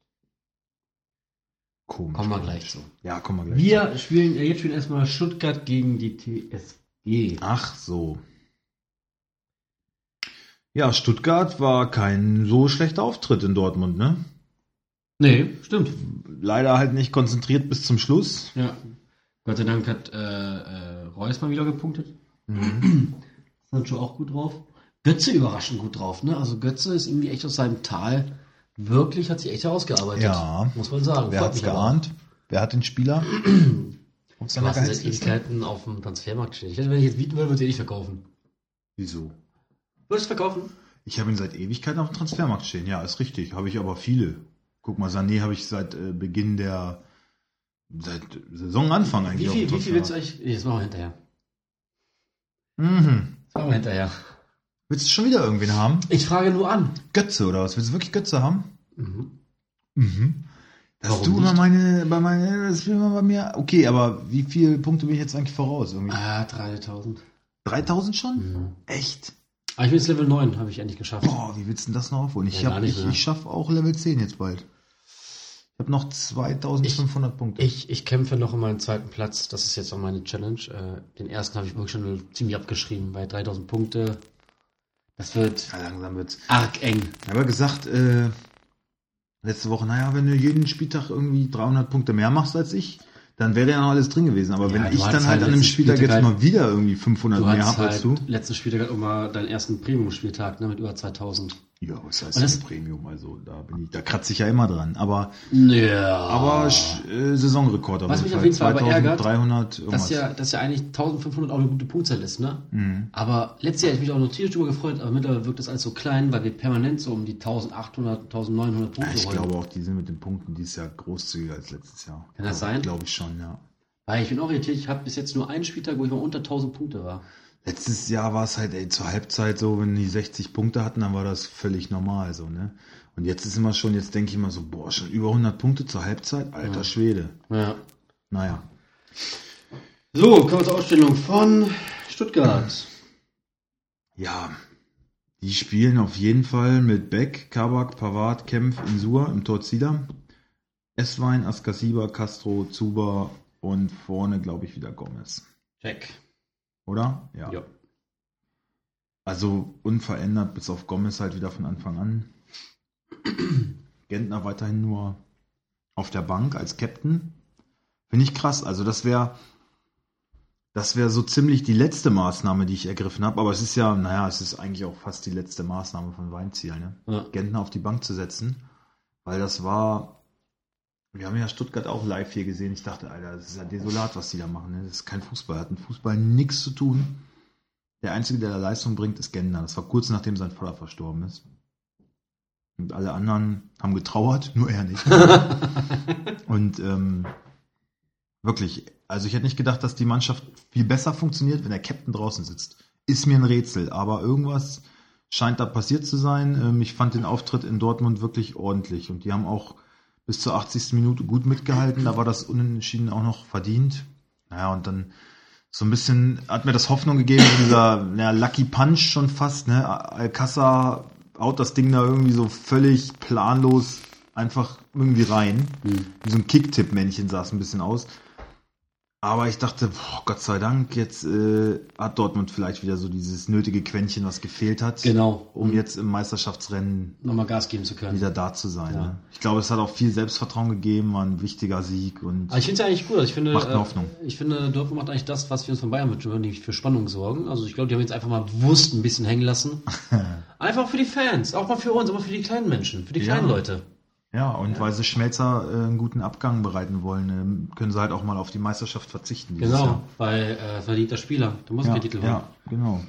B: Komisch.
A: Kommen wir gleich zu.
B: Ja, kommen wir gleich zu.
A: Wir spielen äh, jetzt spielen erstmal Stuttgart gegen die TSG.
B: Ach so. Ja, Stuttgart war kein so schlechter Auftritt in Dortmund, ne?
A: Nee, stimmt.
B: Leider halt nicht konzentriert bis zum Schluss.
A: Ja. Gott sei Dank hat äh, äh, Reus mal wieder gepunktet. Mhm. Sancho auch gut drauf. Götze überraschend gut drauf, ne? Also Götze ist irgendwie echt aus seinem Tal. Wirklich hat sich echt herausgearbeitet.
B: Ja.
A: Muss man sagen.
B: Wer
A: Freut
B: hat's
A: mich aber.
B: geahnt? Wer hat den Spieler? Auf
A: Du
B: seiner
A: hast ihn seit
B: Gehaltsliste?
A: Ewigkeiten auf dem Transfermarkt stehen. Ich hätte, wenn ich jetzt bieten würde, würde ich ihn nicht verkaufen.
B: Wieso?
A: Würdest du verkaufen?
B: Ich habe ihn seit Ewigkeiten auf dem Transfermarkt stehen. Ja, ist richtig. Habe ich aber viele. Guck mal, Sané habe ich seit äh, Beginn der seit Saisonanfang
A: Wie
B: eigentlich.
A: viel, wie
B: auf
A: viel
B: dem
A: willst du eigentlich? Jetzt machen wir hinterher.
B: Transfermarkt. Mhm.
A: Das machen wir hinterher.
B: Willst du schon wieder irgendwen haben?
A: Ich frage nur an.
B: Götze oder was? Willst du wirklich Götze haben?
A: Mhm.
B: Mhm. Dass
A: Warum
B: du bei
A: nicht?
B: meine, bei meine, das will man bei mir. Okay, aber wie viele Punkte bin ich jetzt eigentlich voraus? Irgendwie
A: Ah, 3000.
B: 3000 schon?
A: Mhm.
B: Echt?
A: Ah, ich bin jetzt Level 9, habe ich endlich geschafft.
B: Boah, wie willst du denn das noch aufholen? Ich,
A: Ja,
B: hab,
A: gar nicht ne?
B: ich,
A: mehr.
B: ich schaffe auch Level 10 jetzt bald. Ich habe noch 2500 Punkte.
A: Ich, ich kämpfe noch um meinen zweiten Platz. Das ist jetzt auch meine Challenge. Äh, den ersten habe ich wirklich schon ziemlich abgeschrieben, bei 3000 Punkte. Das wird
B: ja, langsam wird's.
A: arg eng.
B: Ich habe ja gesagt, äh, letzte Woche, naja, wenn du jeden Spieltag irgendwie 300 Punkte mehr machst als ich, dann wäre da ja noch alles drin gewesen. Aber
A: Ja,
B: wenn
A: du
B: ich dann
A: hattest
B: halt
A: halt
B: an einem
A: letzten
B: Spieltag jetzt
A: Spieltag
B: mal wieder irgendwie 500
A: Du
B: mehr
A: hast
B: hab als
A: halt
B: du.
A: letzten Spieltag auch mal deinen ersten Premium-Spieltag ne, mit über 2000.
B: Ja, was heißt
A: Und das-
B: denn Premium? Also da bin ich, da kratze ich ja immer dran. Aber,
A: Ja.
B: aber sch- äh, Saisonrekord auf
A: Ah. Was mich
B: jeden
A: auf
B: Fall.
A: jeden Fall aber ärgert,
B: 2300
A: das
B: irgendwas.
A: ist ja, das ist ja eigentlich 1500 auch eine gute Punktzahl ist, ne?
B: mhm.
A: Aber letztes Jahr hätte ich mich auch noch tierisch drüber gefreut, aber mittlerweile wirkt das alles so klein, weil wir permanent so um die 1800, 1900
B: ja,
A: Punkte
B: ich
A: holen.
B: glaube auch, die sind mit den Punkten dieses Jahr großzügiger als letztes Jahr.
A: Kann das sein?
B: Glaube ich schon, ja.
A: Weil ich bin auch irritiert, ich habe bis jetzt nur einen Spieltag, wo ich mal unter 1000 Punkte war.
B: Letztes Jahr war es halt ey, zur Halbzeit so, wenn die 60 Punkte hatten, dann war das völlig normal so, ne? Und jetzt ist immer schon, jetzt denke ich immer so, boah, schon über 100 Punkte zur Halbzeit? Alter
A: Ja.
B: Schwede.
A: Ja.
B: Naja.
A: So, kommen wir zur Ausstellung von Stuttgart.
B: Ja, die spielen auf jeden Fall mit Beck, Kabak, Pavard, Kempf, Insua im Tor Zieler. Eswein, Askasiba, Castro, Zuba und vorne, glaube ich, wieder Gomez.
A: Check.
B: Oder?
A: Ja.
B: Also unverändert bis auf Gomez halt wieder von Anfang an. Gentner weiterhin nur auf der Bank als Captain. Finde ich krass. Also das wäre das wäre so ziemlich die letzte Maßnahme, die ich ergriffen habe. Aber es ist ja, naja, es ist eigentlich auch fast die letzte Maßnahme von Weinziel, ne?
A: Ja.
B: Gentner auf die Bank zu setzen. Weil das war. Wir haben ja Stuttgart auch live hier gesehen. Ich dachte, Alter, das ist ja desolat, was die da machen. Ne? Das ist kein Fußball. Hat mit Fußball nichts zu tun. Der Einzige, der da Leistung bringt, ist Gentner. Das war kurz nachdem sein Vater verstorben ist. Und alle anderen haben getrauert, nur er nicht. Und ähm, wirklich, also ich hätte nicht gedacht, dass die Mannschaft viel besser funktioniert, wenn der Captain draußen sitzt. Ist mir ein Rätsel, aber irgendwas scheint da passiert zu sein. Ähm, ich fand den Auftritt in Dortmund wirklich ordentlich und die haben auch bis zur 80. Minute gut mitgehalten. Da war das Unentschieden auch noch verdient. Naja, und dann so ein bisschen hat mir das Hoffnung gegeben, dieser ja, Lucky Punch schon fast. Ne? Alcassa haut das Ding da irgendwie so völlig planlos einfach irgendwie rein
A: Hm.
B: wie so ein Kicktipp-Männchen sah es ein bisschen aus. Aber ich dachte, boah, Gott sei Dank, jetzt äh, hat Dortmund vielleicht wieder so dieses nötige Quäntchen, was gefehlt hat,
A: Genau.
B: um jetzt im Meisterschaftsrennen
A: nochmal Gas geben zu können.
B: wieder da zu sein.
A: Ja.
B: Ne? Ich glaube, es hat auch viel Selbstvertrauen gegeben, war ein wichtiger Sieg und
A: Aber ich finde es ja eigentlich gut. Also ich finde,
B: Macht mir
A: äh,
B: Hoffnung.
A: Ich finde, Dortmund macht eigentlich das, was wir uns von Bayern wünschen, nämlich für Spannung sorgen. Also ich glaube, die haben jetzt einfach mal bewusst ein bisschen hängen lassen. einfach für die Fans, auch mal für uns, aber für die kleinen Menschen, für die
B: Ja.
A: kleinen Leute.
B: ja, und weil sie Schmelzer äh, einen guten Abgang bereiten wollen, ähm, können sie halt auch mal auf die Meisterschaft verzichten. dieses
A: Genau, ne?
B: Jahr.
A: weil äh, es war die der Spieler. Du musst
B: Ja,
A: den Titel holen.
B: ja, genau.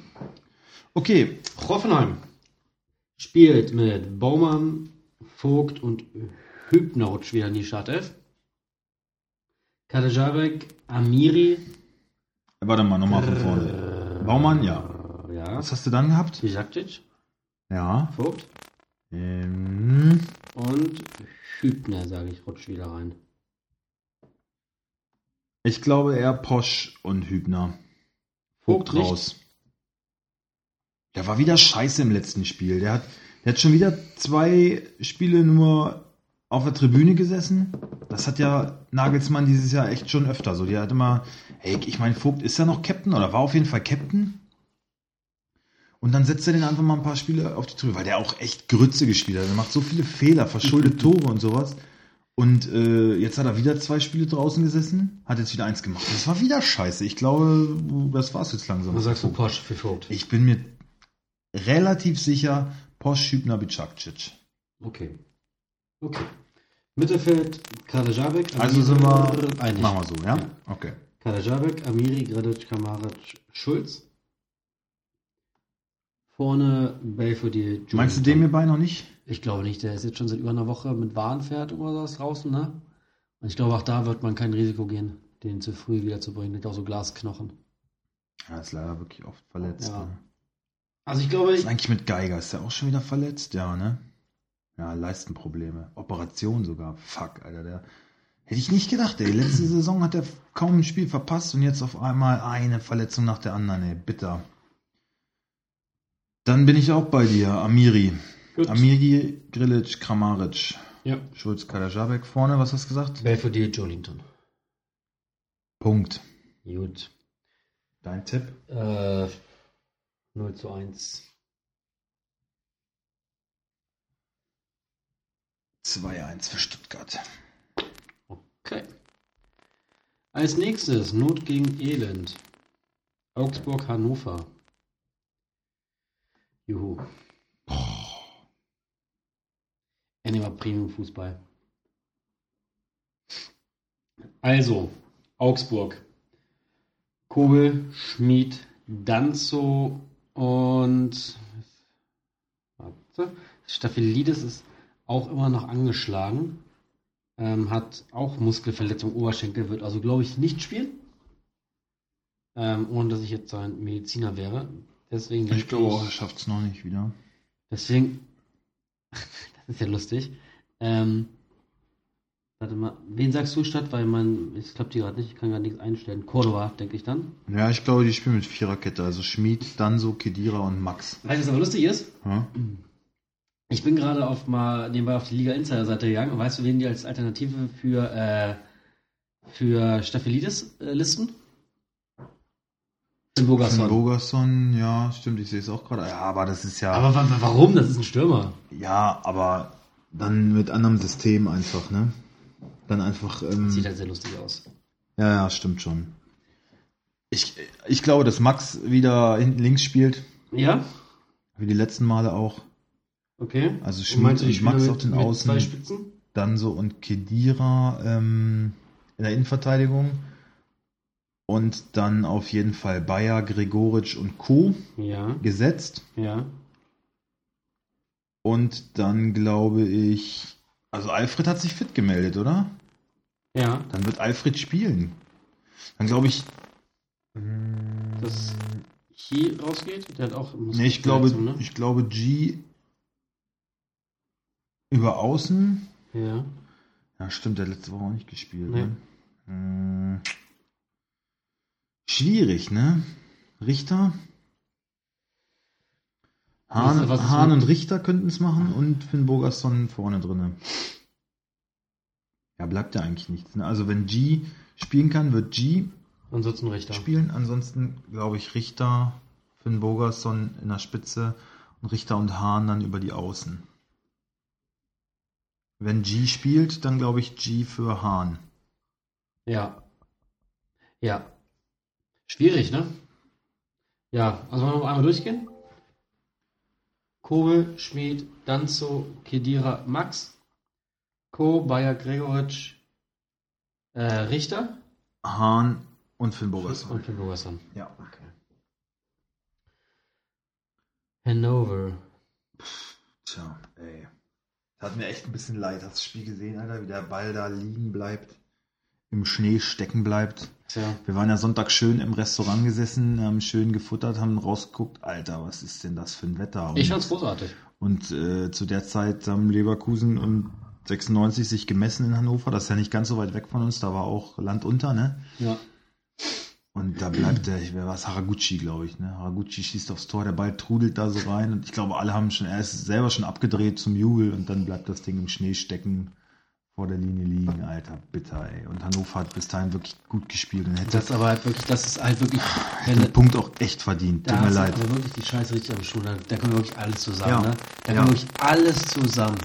B: Okay,
A: Hoffenheim spielt mit Baumann, Vogt und Hübner rutscht wieder in die Startelf. Kadejarek, Amiri.
B: warte mal, nochmal von vorne. Baumann, ja.
A: Ja.
B: Was hast du dann gehabt?
A: Jaktic,
B: Ja.
A: Vogt
B: Ähm,
A: und Hübner, sage ich, rutscht wieder rein.
B: Ich glaube eher Posch und Hübner. Vogt
A: Vogt nicht.
B: raus. Der war wieder scheiße im letzten Spiel. Der hat, der hat schon wieder zwei Spiele nur auf der Tribüne gesessen. Das hat ja Nagelsmann dieses Jahr echt schon öfter so. Der hat immer, hey, ich meine, Vogt ist ja noch Captain oder war auf jeden Fall Captain. Und dann setzt er den einfach mal ein paar Spiele auf die Tribüne, weil der auch echt Grütze gespielt hat. Der macht so viele Fehler, verschuldet Tore und sowas. Und äh, jetzt hat er wieder zwei Spiele draußen gesessen, hat jetzt wieder eins gemacht. Das war wieder scheiße. Ich glaube, das war's jetzt langsam.
A: Was sagst du, Porsche für Vogt?
B: Ich bin mir relativ sicher, Posch, Hübner, Bicakcic.
A: Okay. Okay. Mittelfeld, Kadejarek,
B: Also sind wir,
A: einig.
B: machen wir so, ja?
A: Ja.
B: Okay.
A: Kadejarek, Amiri, Gredic, Kamaric, Schulz. Vorne Belfodil, Julian.
B: Meinst du den hierbei noch nicht?
A: Ich glaube nicht, der ist jetzt schon seit über einer Woche mit Warenpferd oder sowas draußen, ne? Und ich glaube, auch da wird man kein Risiko gehen, den zu früh wieder zu bringen, mit auch so Glasknochen.
B: Ja, ist leider wirklich oft verletzt.
A: Ja.
B: Ne?
A: Also ich glaube,
B: Ist eigentlich mit Geiger, ist der auch schon wieder verletzt? Ja, ne? Ja, Leistenprobleme. Operation sogar. Fuck, Alter. Der, hätte ich nicht gedacht, ey. Letzte Saison hat er kaum ein Spiel verpasst und jetzt auf einmal eine Verletzung nach der anderen, ey. Bitter. Dann bin ich auch bei dir, Amiri.
A: Gut.
B: Amiri, Grilic, Kramaric,
A: Ja.
B: Schulz, Kadajabek vorne. Was hast du gesagt?
A: Belfodil, Jolinton.
B: Punkt.
A: Gut.
B: Dein Tipp?
A: Äh, 0 zu 1.
B: 2-1 für Stuttgart.
A: Okay. Als nächstes Not gegen Elend. Augsburg, Hannover. Juhu. Anima Premium Fußball. Also, Augsburg. Kobel, Schmid, Danzo und warte, Staphylides ist auch immer noch angeschlagen. Ähm, hat auch Muskelverletzung, Oberschenkel, wird also, glaube ich, nicht spielen. Ähm, ohne dass ich jetzt ein Mediziner wäre. Deswegen
B: Ich
A: denke
B: glaube, er schafft es noch nicht wieder.
A: Deswegen, das ist ja lustig. Ähm, warte mal, wen sagst du statt? Weil man, ich klappt die gerade nicht, ich kann gerade nichts einstellen. Cordova, denke ich dann.
B: Ja, ich glaube, die spielen mit Viererkette. Also Schmid, Danso, Kedira und Max.
A: Weißt du, was aber lustig ist?
B: Ja?
A: Ich bin gerade auf mal nebenbei auf die Liga Insider Seite gegangen. Und weißt du, wen die als Alternative für, äh, für Staphylides äh, listen?
B: Finn
A: Finn Bogason.
B: Bogerson, ja, stimmt, ich sehe es auch gerade. Ja, aber das ist ja.
A: Aber wa- wa- warum? Das ist ein Stürmer.
B: ja, aber dann mit anderem System einfach, ne? Dann einfach. Ähm,
A: Sieht halt sehr lustig aus.
B: Ja, ja, stimmt schon. Ich, ich glaube, dass Max wieder hinten links spielt,
A: Ja?
B: wie die letzten Male auch.
A: Okay.
B: Also
A: Und
B: Schmied und
A: spielen
B: Max
A: mit-
B: auf den
A: mit Zwei
B: Außen,
A: Spitzen?
B: Danso und Kedira ähm, in der Innenverteidigung. Und dann auf jeden Fall Bayer, Gregoritsch und Co.
A: Ja,
B: gesetzt.
A: ja.
B: Und dann glaube ich, also Alfred hat sich fit gemeldet, oder?
A: Ja,
B: Dann wird Alfred spielen. Dann glaube ich.
A: dass Chi rausgeht. Der hat auch
B: Nee, ich glaube,
A: Muskelverletzung,
B: ich glaube G über Außen.
A: Ne? Ja.
B: Ja, stimmt, der hat letzte Woche auch nicht gespielt.
A: Nee.
B: Ne? Mm. Schwierig, ne? Richter?
A: Was-
B: Hahn,
A: was ist
B: Hahn
A: mit-
B: und Richter könnten es machen und Finn Bogerson vorne drinne. Ja, bleibt ja eigentlich nichts. Ne? Also wenn G spielen kann, wird G
A: Ansonsten Richter.
B: spielen. Ansonsten glaube ich Richter, Finn Bogerson in der Spitze und Richter und Hahn dann über die Außen. Wenn G spielt, dann glaube ich G für Hahn.
A: Ja. Ja. Schwierig, ne? Ja, also wollen wir noch einmal durchgehen? Kobel, Schmid, Danzo, Kedira, Max, Co, Bayer, Gregoritsch, äh, Richter
B: Hahn und Finn
A: und
B: Bogerson.
A: Finn Bogerson.
B: Ja, okay.
A: Hannover.
B: Tja, ey. Tat mir echt ein bisschen leid. Hast du das Spiel gesehen, Alter? Wie der Ball da liegen bleibt, im Schnee stecken bleibt.
A: Tja.
B: Wir waren ja Sonntag schön im Restaurant gesessen, haben schön gefuttert, haben rausgeguckt. Alter, was ist denn das für ein Wetter?
A: Ich
B: Und-
A: fand's großartig.
B: Und äh, zu der Zeit haben Leverkusen und 96 sich gemessen in Hannover. Das ist ja nicht ganz so weit weg von uns. Da war auch Land unter, ne?
A: Ja.
B: Und da bleibt der, ich- wer war es? Haraguchi, glaube ich, ne? Haraguchi schießt aufs Tor, der Ball trudelt da so rein. Und ich glaube, alle haben schon, er ist selber schon abgedreht zum Jubel. Und dann bleibt das Ding im Schnee stecken, vor der Linie liegen. Alter, bitter, ey. Und Hannover hat bis dahin wirklich gut gespielt. Und hätte
A: Das ist aber halt wirklich, das ist halt wirklich, wenn,
B: den Punkt auch echt verdient.
A: Da
B: Tut mir
A: hast du
B: leid.
A: aber wirklich die Scheiße richtig am Schuh. Da, da kommt wirklich alles zusammen.
B: Ja.
A: Ne? Da
B: Ja.
A: kommt wirklich alles zusammen.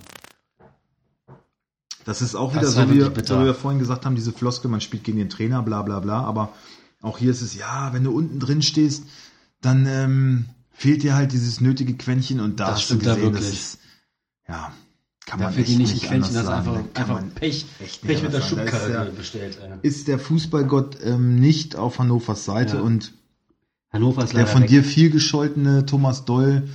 B: Das ist auch
A: Das
B: wieder
A: war
B: so, wie wir,
A: wirklich bitter.
B: so, wie wir vorhin gesagt haben, diese Floskel, man spielt gegen den Trainer, bla bla bla. Aber auch hier ist es, ja, wenn du unten drin stehst, dann ähm, fehlt dir halt dieses nötige Quäntchen und da
A: Das
B: hast du
A: stimmt da
B: gesehen, das
A: wirklich.
B: ist, ja, kann man
A: Dafür
B: echt
A: die nicht
B: nicht,
A: die
B: anders
A: Quäntchen, das ist
B: sagen.
A: einfach,
B: Da kann
A: einfach
B: man,
A: Pech.
B: echt nicht
A: Pech mit der
B: anders sagen. Da ist
A: Schubkarre
B: der-
A: bestellt. Ey.
B: ist der Fußballgott ähm, nicht auf Hannovers Seite
A: Ja.
B: und
A: Hannover ist
B: der
A: leider
B: von
A: weg.
B: dir viel gescholtene Thomas Doll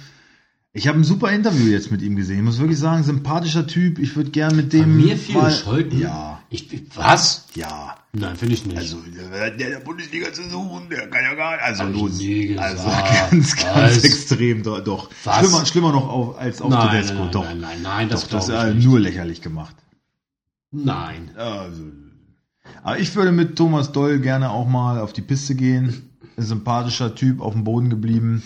B: Ich habe ein super Interview jetzt mit ihm gesehen. Ich muss wirklich sagen, sympathischer Typ. Ich würde gern mit dem.
C: Von mir viel
B: mal-
C: Scholten?
B: Ja,
C: Ich, ich- was?
B: ja.
C: Nein, finde ich nicht.
B: Also, der der Bundesliga zu suchen, der kann ja gar nicht. Also,
C: Hab ich
B: los.
C: nie gesagt.
B: Also, ganz, ganz
C: Was?
B: extrem, do- doch.
C: Was?
B: Schlimmer, schlimmer noch auf, als auf
C: nein,
B: Tedesco,
C: nein,
B: doch.
C: nein, nein, nein, das
B: doch, das ist
C: glaube
B: äh,
C: ich nicht.
B: nur lächerlich gemacht.
C: Nein.
B: Also, aber ich würde mit Thomas Doll gerne auch mal auf die Piste gehen. Ein sympathischer Typ, auf dem Boden geblieben.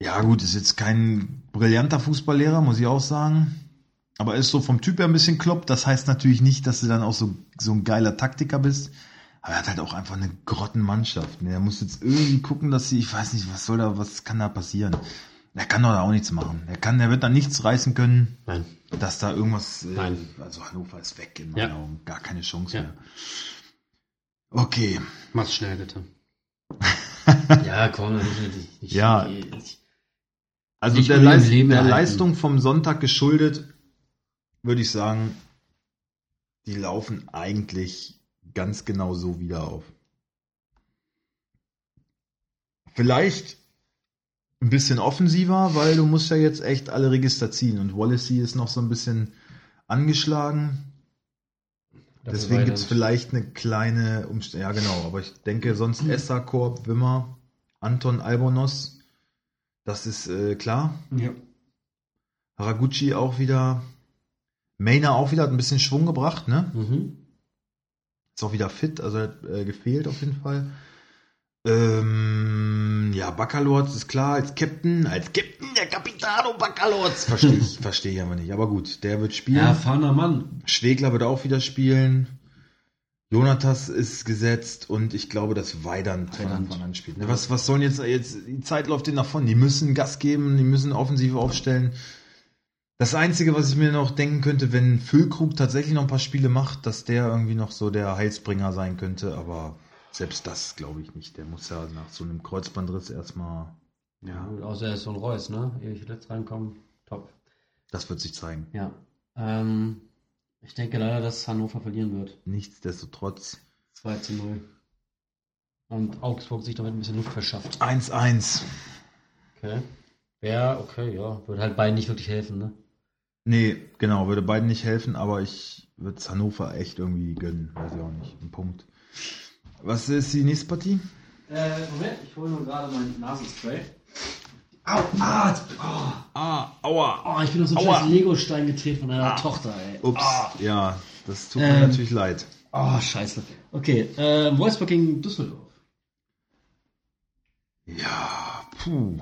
B: Ja, gut, ist jetzt kein brillanter Fußballlehrer, muss ich auch sagen. Aber ist so vom Typ her ein bisschen klopp. Das heißt natürlich nicht, dass du dann auch so, so ein geiler Taktiker bist. Aber er hat halt auch einfach eine Grottenmannschaft. ne? Er muss jetzt irgendwie gucken, dass sie, ich weiß nicht, was soll da, was kann da passieren? Er kann doch da auch nichts machen. Er kann, er wird da nichts reißen können
C: Nein.
B: dass da irgendwas. äh,
C: Nein.
B: Also Hannover ist weg in
C: Ja.
B: meinen Augen. Gar keine Chance
C: Ja.
B: mehr. Okay.
C: Mach's schnell, bitte.
A: Ja, komm, dann ich, ich, ich,
B: Ja.
A: Ich,
B: Also
A: Ich
B: der,
A: will ihn am
B: Leis-
A: Leben
B: der
A: erhalten.
B: Leistung vom Sonntag geschuldet, würde ich sagen, die laufen eigentlich ganz genau so wieder auf. Vielleicht ein bisschen offensiver, weil du musst ja jetzt echt alle Register ziehen und Wallacey ist noch so ein bisschen angeschlagen.
A: dafür
B: Deswegen
A: war
B: gibt es
A: er-
B: vielleicht eine kleine Umstellung. Ja, genau. Aber ich denke, sonst Essa, Korb, Wimmer, Anton, Albonos. Das ist äh, klar.
C: Ja.
B: Haraguchi auch wieder. Mainer auch wieder hat ein bisschen Schwung gebracht, ne?
A: Mhm.
B: Ist auch wieder fit, also hat äh, gefehlt auf jeden Fall. Ähm, ja, Bacalords ist klar, als Captain, als Captain der Capitano Bacalords. Verstehe ich, verstehe ich aber nicht. Aber gut, der wird spielen.
C: Ja, erfahrener Mann.
B: Schwegler wird auch wieder spielen. Jonatas ist gesetzt und ich glaube, dass Weidern von
C: Weidand.
B: Anfang an spielt. Ne, Was, was sollen jetzt, jetzt, die Zeit läuft denen davon. Die müssen Gas geben, die müssen offensiv aufstellen. Das Einzige, was ich mir noch denken könnte, wenn Füllkrug tatsächlich noch ein paar Spiele macht, dass der irgendwie noch so der Heilsbringer sein könnte, aber selbst das glaube ich nicht. Der muss ja nach so einem Kreuzbandriss erstmal,
A: Ja,
C: Ja.
A: gut, außer er ist so ein Reus, ne? Ehe ich letzt reinkomme, top.
B: das wird sich zeigen.
A: Ja. Ähm, ich denke leider, dass Hannover verlieren wird.
B: Nichtsdestotrotz
A: 2 zu 0. Und Augsburg sich damit ein bisschen Luft verschafft.
B: 1-1.
A: Okay. Ja, okay, ja. Würde halt beiden nicht wirklich helfen, ne?
B: Nee, genau, würde beiden nicht helfen, aber ich würde es Hannover echt irgendwie gönnen. Weiß ich auch nicht. Ein Punkt. Was ist die nächste Partie?
A: Äh, Moment, ich hole nur gerade mein Nasenspray.
B: Au, ah, ah, aua.
A: Oh, ich bin auf so einen
B: Aua.
A: scheiß Lego-Stein getreten von deiner
B: Ah.
A: Tochter, ey.
B: Ups,
A: Ah.
B: ja, das tut mir
A: Ähm.
B: natürlich leid.
A: Oh, scheiße. Okay, äh, Wolfsburg gegen Düsseldorf.
B: Ja, puh.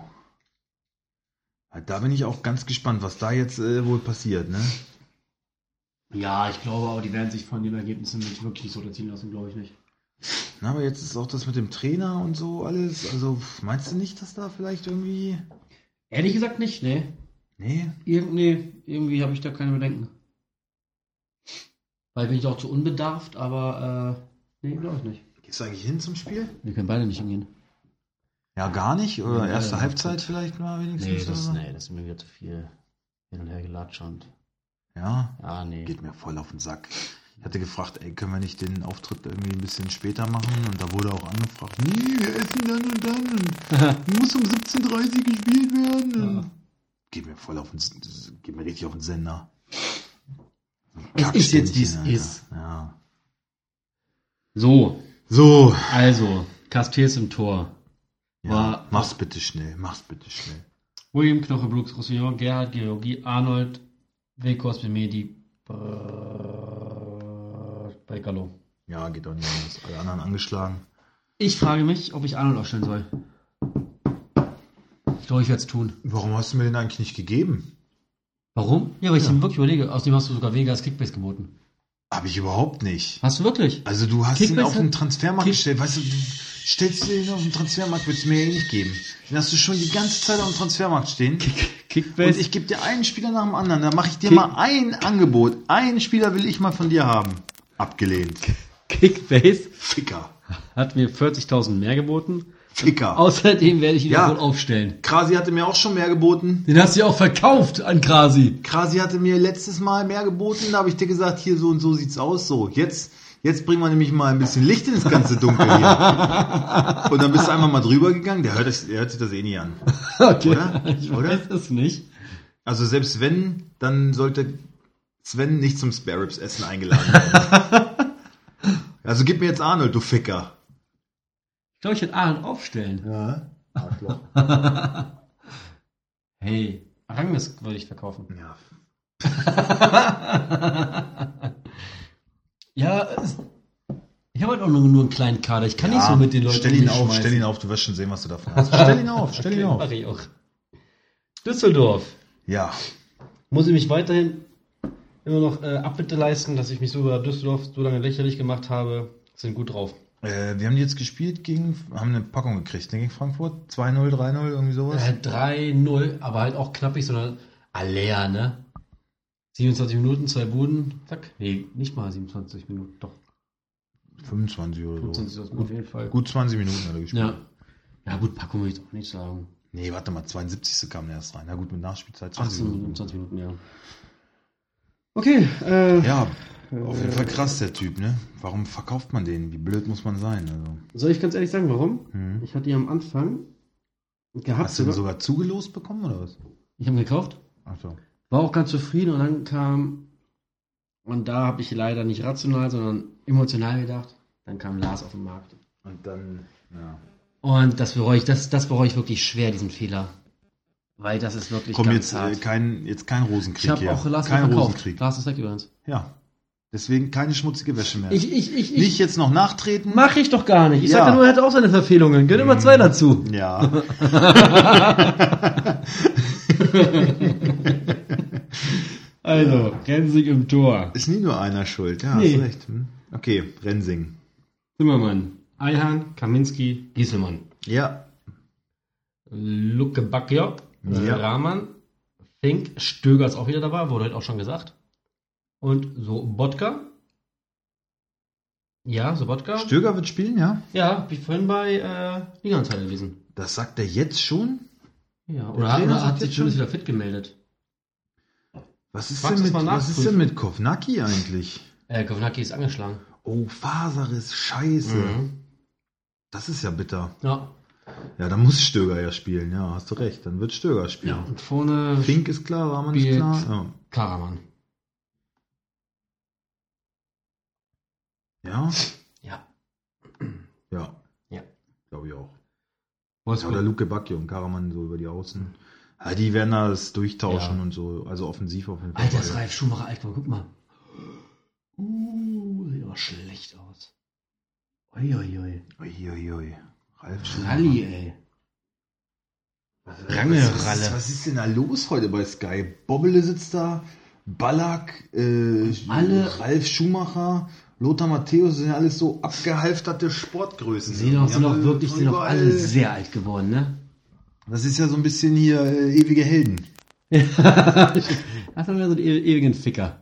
B: Da bin ich auch ganz gespannt, was da jetzt äh, wohl passiert, ne?
A: Ja, ich glaube aber, die werden sich von den Ergebnissen nicht wirklich so erzielen lassen, glaube ich nicht.
B: Na, aber jetzt ist auch das mit dem Trainer und so alles. Also, pf, meinst du nicht, dass da vielleicht irgendwie.
A: Ehrlich gesagt nicht, ne?
B: Nee?
A: Irgend, nee, irgendwie habe ich da keine Bedenken. Weil bin ich auch zu unbedarft, aber äh, nee, glaube ich nicht.
B: Gehst du eigentlich hin zum Spiel?
A: Wir können beide nicht hingehen.
B: Ja, gar nicht. Oder
A: Nee,
B: erste
A: das
B: Halbzeit vielleicht mal wenigstens.
A: Nee, das,
B: oder so?
A: nee, das ist mir wieder zu viel hin und her gelatscht und.
B: Ja,
A: Ah, nee.
B: Geht mir voll auf den Sack. Ich hatte gefragt, ey, können wir nicht den Auftritt irgendwie ein bisschen später machen? Und da wurde auch angefragt, nee, wir essen dann und dann. Und muss um 17.30 Uhr gespielt werden.
A: Ja.
B: Geht mir voll auf den, S- geht mir richtig auf den Sender.
A: Es ist jetzt, wie es
B: Kackständchen,
A: ist.
B: Alter. Ja.
A: So,
B: So.
A: also, Castells im Tor.
B: Ja,
A: War-
B: mach's bitte schnell, mach's bitte schnell.
A: William Knoche, Brooks, Roussillon, Gerhard, Georgi, Arnold, äh, Wilkos, Bemedi, bei Gallo.
B: Ja, geht auch nicht anders. Alle anderen angeschlagen.
A: Ich frage mich, ob ich Arnold aufstellen soll. Ich glaube, ich werde es tun.
B: Warum hast du mir den eigentlich nicht gegeben?
A: Warum? Ja, weil ich
B: Ja.
A: ihm wirklich überlege. Außerdem hast du sogar weniger als Kickbase geboten.
B: Hab ich überhaupt nicht.
A: Hast du wirklich?
B: Also du hast ihn
A: Kickbase
B: auf
A: hat-
B: den Transfermarkt
A: Kick-
B: gestellt, weißt du, du stellst dir ihn auf den Transfermarkt, willst du mir ja eh nicht geben. Den hast du schon die ganze Zeit auf dem Transfermarkt stehen. Und
A: Kickbase?
B: ich gebe dir einen Spieler nach dem anderen, dann mache ich dir
A: Kick-
B: mal ein Angebot. Einen Spieler will ich mal von dir haben. Abgelehnt.
A: Kickbase
B: Ficker.
A: hat mir 40.000 mehr geboten.
B: Ficker.
A: Außerdem werde ich ihn
B: Ja.
A: ja. wohl aufstellen.
B: Krasi hatte mir auch schon mehr geboten.
A: Den hast du ja auch verkauft an Krasi.
B: Krasi hatte mir letztes Mal mehr geboten, da habe ich dir gesagt, hier so und so sieht's aus. So, jetzt, Jetzt bringen wir nämlich mal ein bisschen Licht ins ganze Dunkel hier. Und dann bist du einfach mal drüber gegangen. Der hört, das, der hört sich das eh nie an.
C: Okay.
B: Oder?
C: Ich
B: Oder?
C: weiß es nicht.
B: Also selbst wenn, dann sollte Sven nicht zum Spare Ribs Essen eingeladen werden. also gib mir jetzt Arnold, du Ficker.
C: Ich glaube, ich würde Aaron aufstellen.
B: Ja. Arschloch.
C: Hey, Rangnick würde ich verkaufen.
B: Ja.
C: Ja, es- ich habe halt auch nur, nur einen kleinen Kader. Ich kann nicht so mit den Leuten
B: Stell ihn
C: rumschmeißen.
B: auf, stell ihn auf, du wirst schon sehen, was du davon hast. Stell ihn auf, stell
C: Okay,
B: ihn auf.
C: mach ich auch. Düsseldorf.
B: Ja,
A: Muss ich mich weiterhin immer noch äh, Abbitte leisten, dass ich mich so über Düsseldorf so lange lächerlich gemacht habe? Sind gut drauf.
B: äh, wir haben die jetzt gespielt gegen, haben eine Packung gekriegt, ne, gegen Frankfurt? 2-0, 3-0, irgendwie sowas.
A: Äh, 3-0, aber halt auch knappig, sondern Alea, ne? 27 Minuten, zwei Buden. Zack. Nee,
C: Nicht mal 27 Minuten, doch.
B: 25 oder
C: 25
B: so.
C: Minuten auf jeden Fall.
B: Gut 20 Minuten hat er gespielt.
C: Ja. Ja, gut, Packung würde ich auch nicht sagen.
B: Nee, warte mal, 72. kam der erst rein. Na gut, mit Nachspielzeit 20
C: 18 Minuten,
B: Minuten.
C: 20 Minuten, ja. Okay, äh,
B: Ja, auf jeden Fall krass, der Typ, ne? Warum verkauft man den? Wie blöd muss man sein? Also,
A: soll ich ganz ehrlich sagen, warum?
B: hm.
A: Ich hatte die am Anfang gehabt.
B: Hast du den
A: sogar.
B: sogar zugelost bekommen oder was?
C: ich habe gekauft,
B: Ach so.
A: war auch ganz zufrieden und dann kam, und da habe ich leider nicht rational, sondern emotional gedacht, dann kam Lars auf den Markt.
B: Und dann, ja.
A: Und das bereue ich, das, das bereue ich wirklich schwer, diesen Fehler. Weil das ist wirklich
B: Komm,
A: ganz
B: jetzt, äh,
A: hart.
B: kein, jetzt kein Rosenkrieg
A: ich habe
B: hier.
A: auch Lars
B: kein
A: noch
B: Rosenkrieg.
A: verkauft. Lars ist weg übrigens.
B: Ja. Deswegen keine schmutzige Wäsche mehr.
A: Ich, ich, ich, ich,
B: Nicht jetzt noch nachtreten.
A: mache ich doch gar nicht. Ich
B: Ja. Mhm.
A: sagte nur, er hat auch seine Verfehlungen. Gönn immer zwei dazu.
B: Ja.
C: Also, Rensig im Tor.
B: Ist nie nur einer schuld. Ja,
C: Nee.
B: hast recht. Hm. Okay, Rensing.
C: Zimmermann, Eihan, Kaminski, Gieselmann.
B: Ja.
A: Luke Bacchio,
B: Ja.
A: Rahman, Fink, Stöger ist auch wieder dabei, wurde heute auch schon gesagt. Und so Bodka. Ja, so Bodka.
B: Stöger wird spielen, ja?
A: Ja, hab ich vorhin bei äh, Liga-Anteil gelesen.
B: Das sagt er jetzt schon?
A: Ja,
B: Der
A: oder hat,
B: Trainer
A: oder
B: sagt
A: hat sich
B: jetzt
A: zumindest
B: schon-
A: wieder fit gemeldet.
B: Was ist,
A: Fragst
B: denn
A: du's
B: mit,
A: mal nach,
B: was ist denn
A: prüfen.
B: mit Kovnacki eigentlich?
A: Äh, Kovnacki ist angeschlagen.
B: Oh, Faserriss, scheiße.
A: Mhm.
B: Das ist ja bitter.
A: Ja.
B: Ja, dann muss Stöger ja spielen, ja, hast du recht. Dann wird Stöger
A: ja.
B: spielen.
A: Und vorne
B: Fink ist klar, Rahman ist
A: Spielt-
B: klar. Ja.
A: Karaman.
B: Ja,
A: Ja.
B: ja.
A: Ja.
B: Glaube ich auch. Ja,
A: Wolfsburg.
B: oder Luke Bacchio und Karaman so über die Außen. Ja, die werden das durchtauschen
A: Ja.
B: und so. Also offensiv auf jeden Fall.
A: Alter, das ist Ralf Schumacher alt, guck mal. Uh, sieht aber schlecht aus. Uiuiui.
B: Uiuiui. Ralf Schumacher.
A: Ralli, ey. Range
B: was,
A: Ralle.
B: was, was ist denn da los heute bei Sky? Bobbele sitzt da, Ballack, äh,
A: Alle-
B: Ralf Schumacher, Lothar Matthäus sind ja alles so abgehalfterte Sportgrößen.
A: Sie sind auch,
B: Die
A: sind
B: haben
A: auch
B: alle
A: wirklich, sind auch
B: überall-
A: alle sehr alt geworden, ne?
B: Das ist ja so ein bisschen hier äh, ewige Helden.
C: Das sind wieder so die e- ewigen Ficker.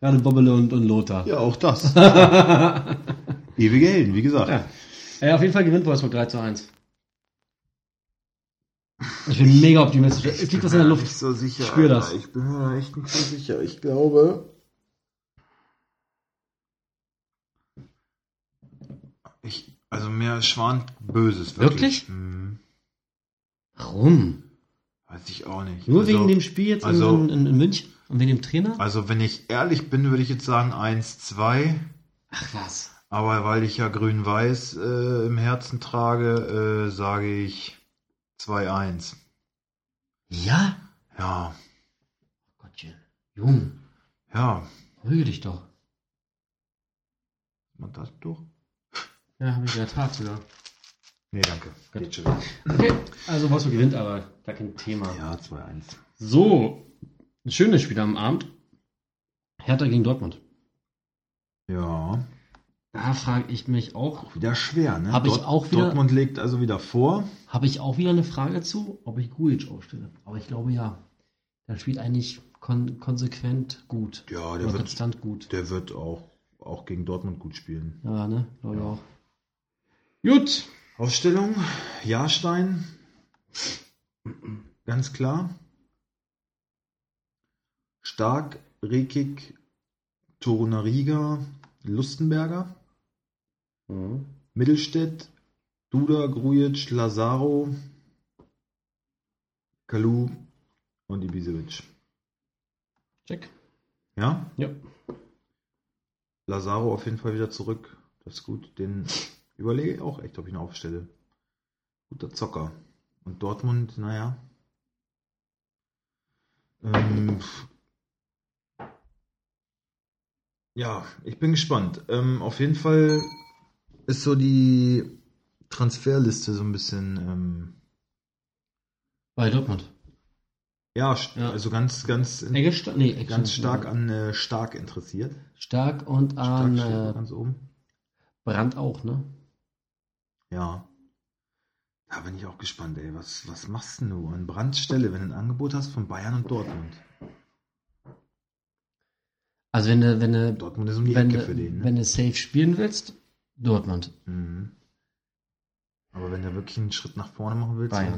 C: Gerade Bobbele und, und Lothar.
B: Ja, auch das. ewige Helden, wie gesagt.
A: Ja. Äh, auf jeden Fall gewinnt Wolfsburg 3 zu 1. Ich bin mega optimistisch. Es liegt was in der Luft.
B: so sicher.
A: Ich spür das.
B: Ich bin mir da echt nicht so sicher. Ich glaube. Ich, also mir schwant Böses.
A: Wirklich?
B: Mhm.
A: Warum?
B: Weiß ich auch nicht.
A: Nur
B: also,
A: wegen dem Spiel jetzt in-
B: also-
A: in, in, in München und wegen dem Trainer?
B: Also wenn ich ehrlich bin, würde ich jetzt sagen 1-2.
A: Ach was.
B: Aber weil ich ja grün-weiß äh, im Herzen trage, äh, sage ich 2-1.
A: Ja? Oh
B: Ja,
A: Gottchen. Jung,
B: ja.
A: rüge dich doch.
B: Man das durch?
A: Ja, habe ich in der Tat sogar.
B: Nee, danke.
A: Gut.
B: Geht schon wieder.
A: Okay, also Wolfsburg gewinnt aber. Gar kein Thema.
B: Ja, 2-1.
A: So, ein schönes Spiel am Abend. Hertha gegen Dortmund.
B: Ja.
A: Da frage ich mich auch,
B: Wieder schwer, ne?
A: Hab ich
B: Dort-
A: auch wieder-
B: Dortmund legt also wieder vor.
A: habe ich auch wieder eine Frage zu, ob ich Guic aufstelle. Aber ich glaube ja. Der spielt eigentlich kon konsequent gut.
B: Ja,
A: Oder konstant gut.
B: der wird auch, auch gegen Dortmund gut spielen.
A: Ja, ne? Glaube ich auch. Gut.
B: Aufstellung, Jahrstein. Ganz klar. Stark, Rekik, Torunariga, Lustenberger,
C: Mhm.
B: Mittelstädt, Duda, Grujic, Lazaro, Kalu und Ibisevic.
C: Check.
B: Ja?
C: Ja.
B: Lazaro auf jeden Fall wieder zurück. Das ist gut. Den überlege ich auch echt, ob ich ihn aufstelle. Guter Zocker. Und Dortmund, naja. Ähm, pff. ja, ich bin gespannt. Ähm, auf jeden Fall ist so die Transferliste so ein bisschen. Ähm,
A: Bei Dortmund.
B: ja, st-
A: Ja.
B: also ganz, ganz,
A: Eggestein? Nee, Eggestein.
B: ganz stark an äh, Stark interessiert.
A: Stark und
B: Stark
A: an
B: steht da
A: äh,
B: ganz oben.
A: Brand auch, ne?
B: Ja. Da bin ich auch gespannt, ey. Was, was machst denn du an Brandstelle, wenn du ein Angebot hast von Bayern und Dortmund?
A: Also wenn du, wenn du,
B: Dortmund ist um die
A: wenn
B: Ecke für den.
A: du,
B: Ne?
A: wenn du safe spielen willst, Dortmund,
B: mhm. Aber wenn du wirklich einen Schritt nach vorne machen willst,
A: Bayern.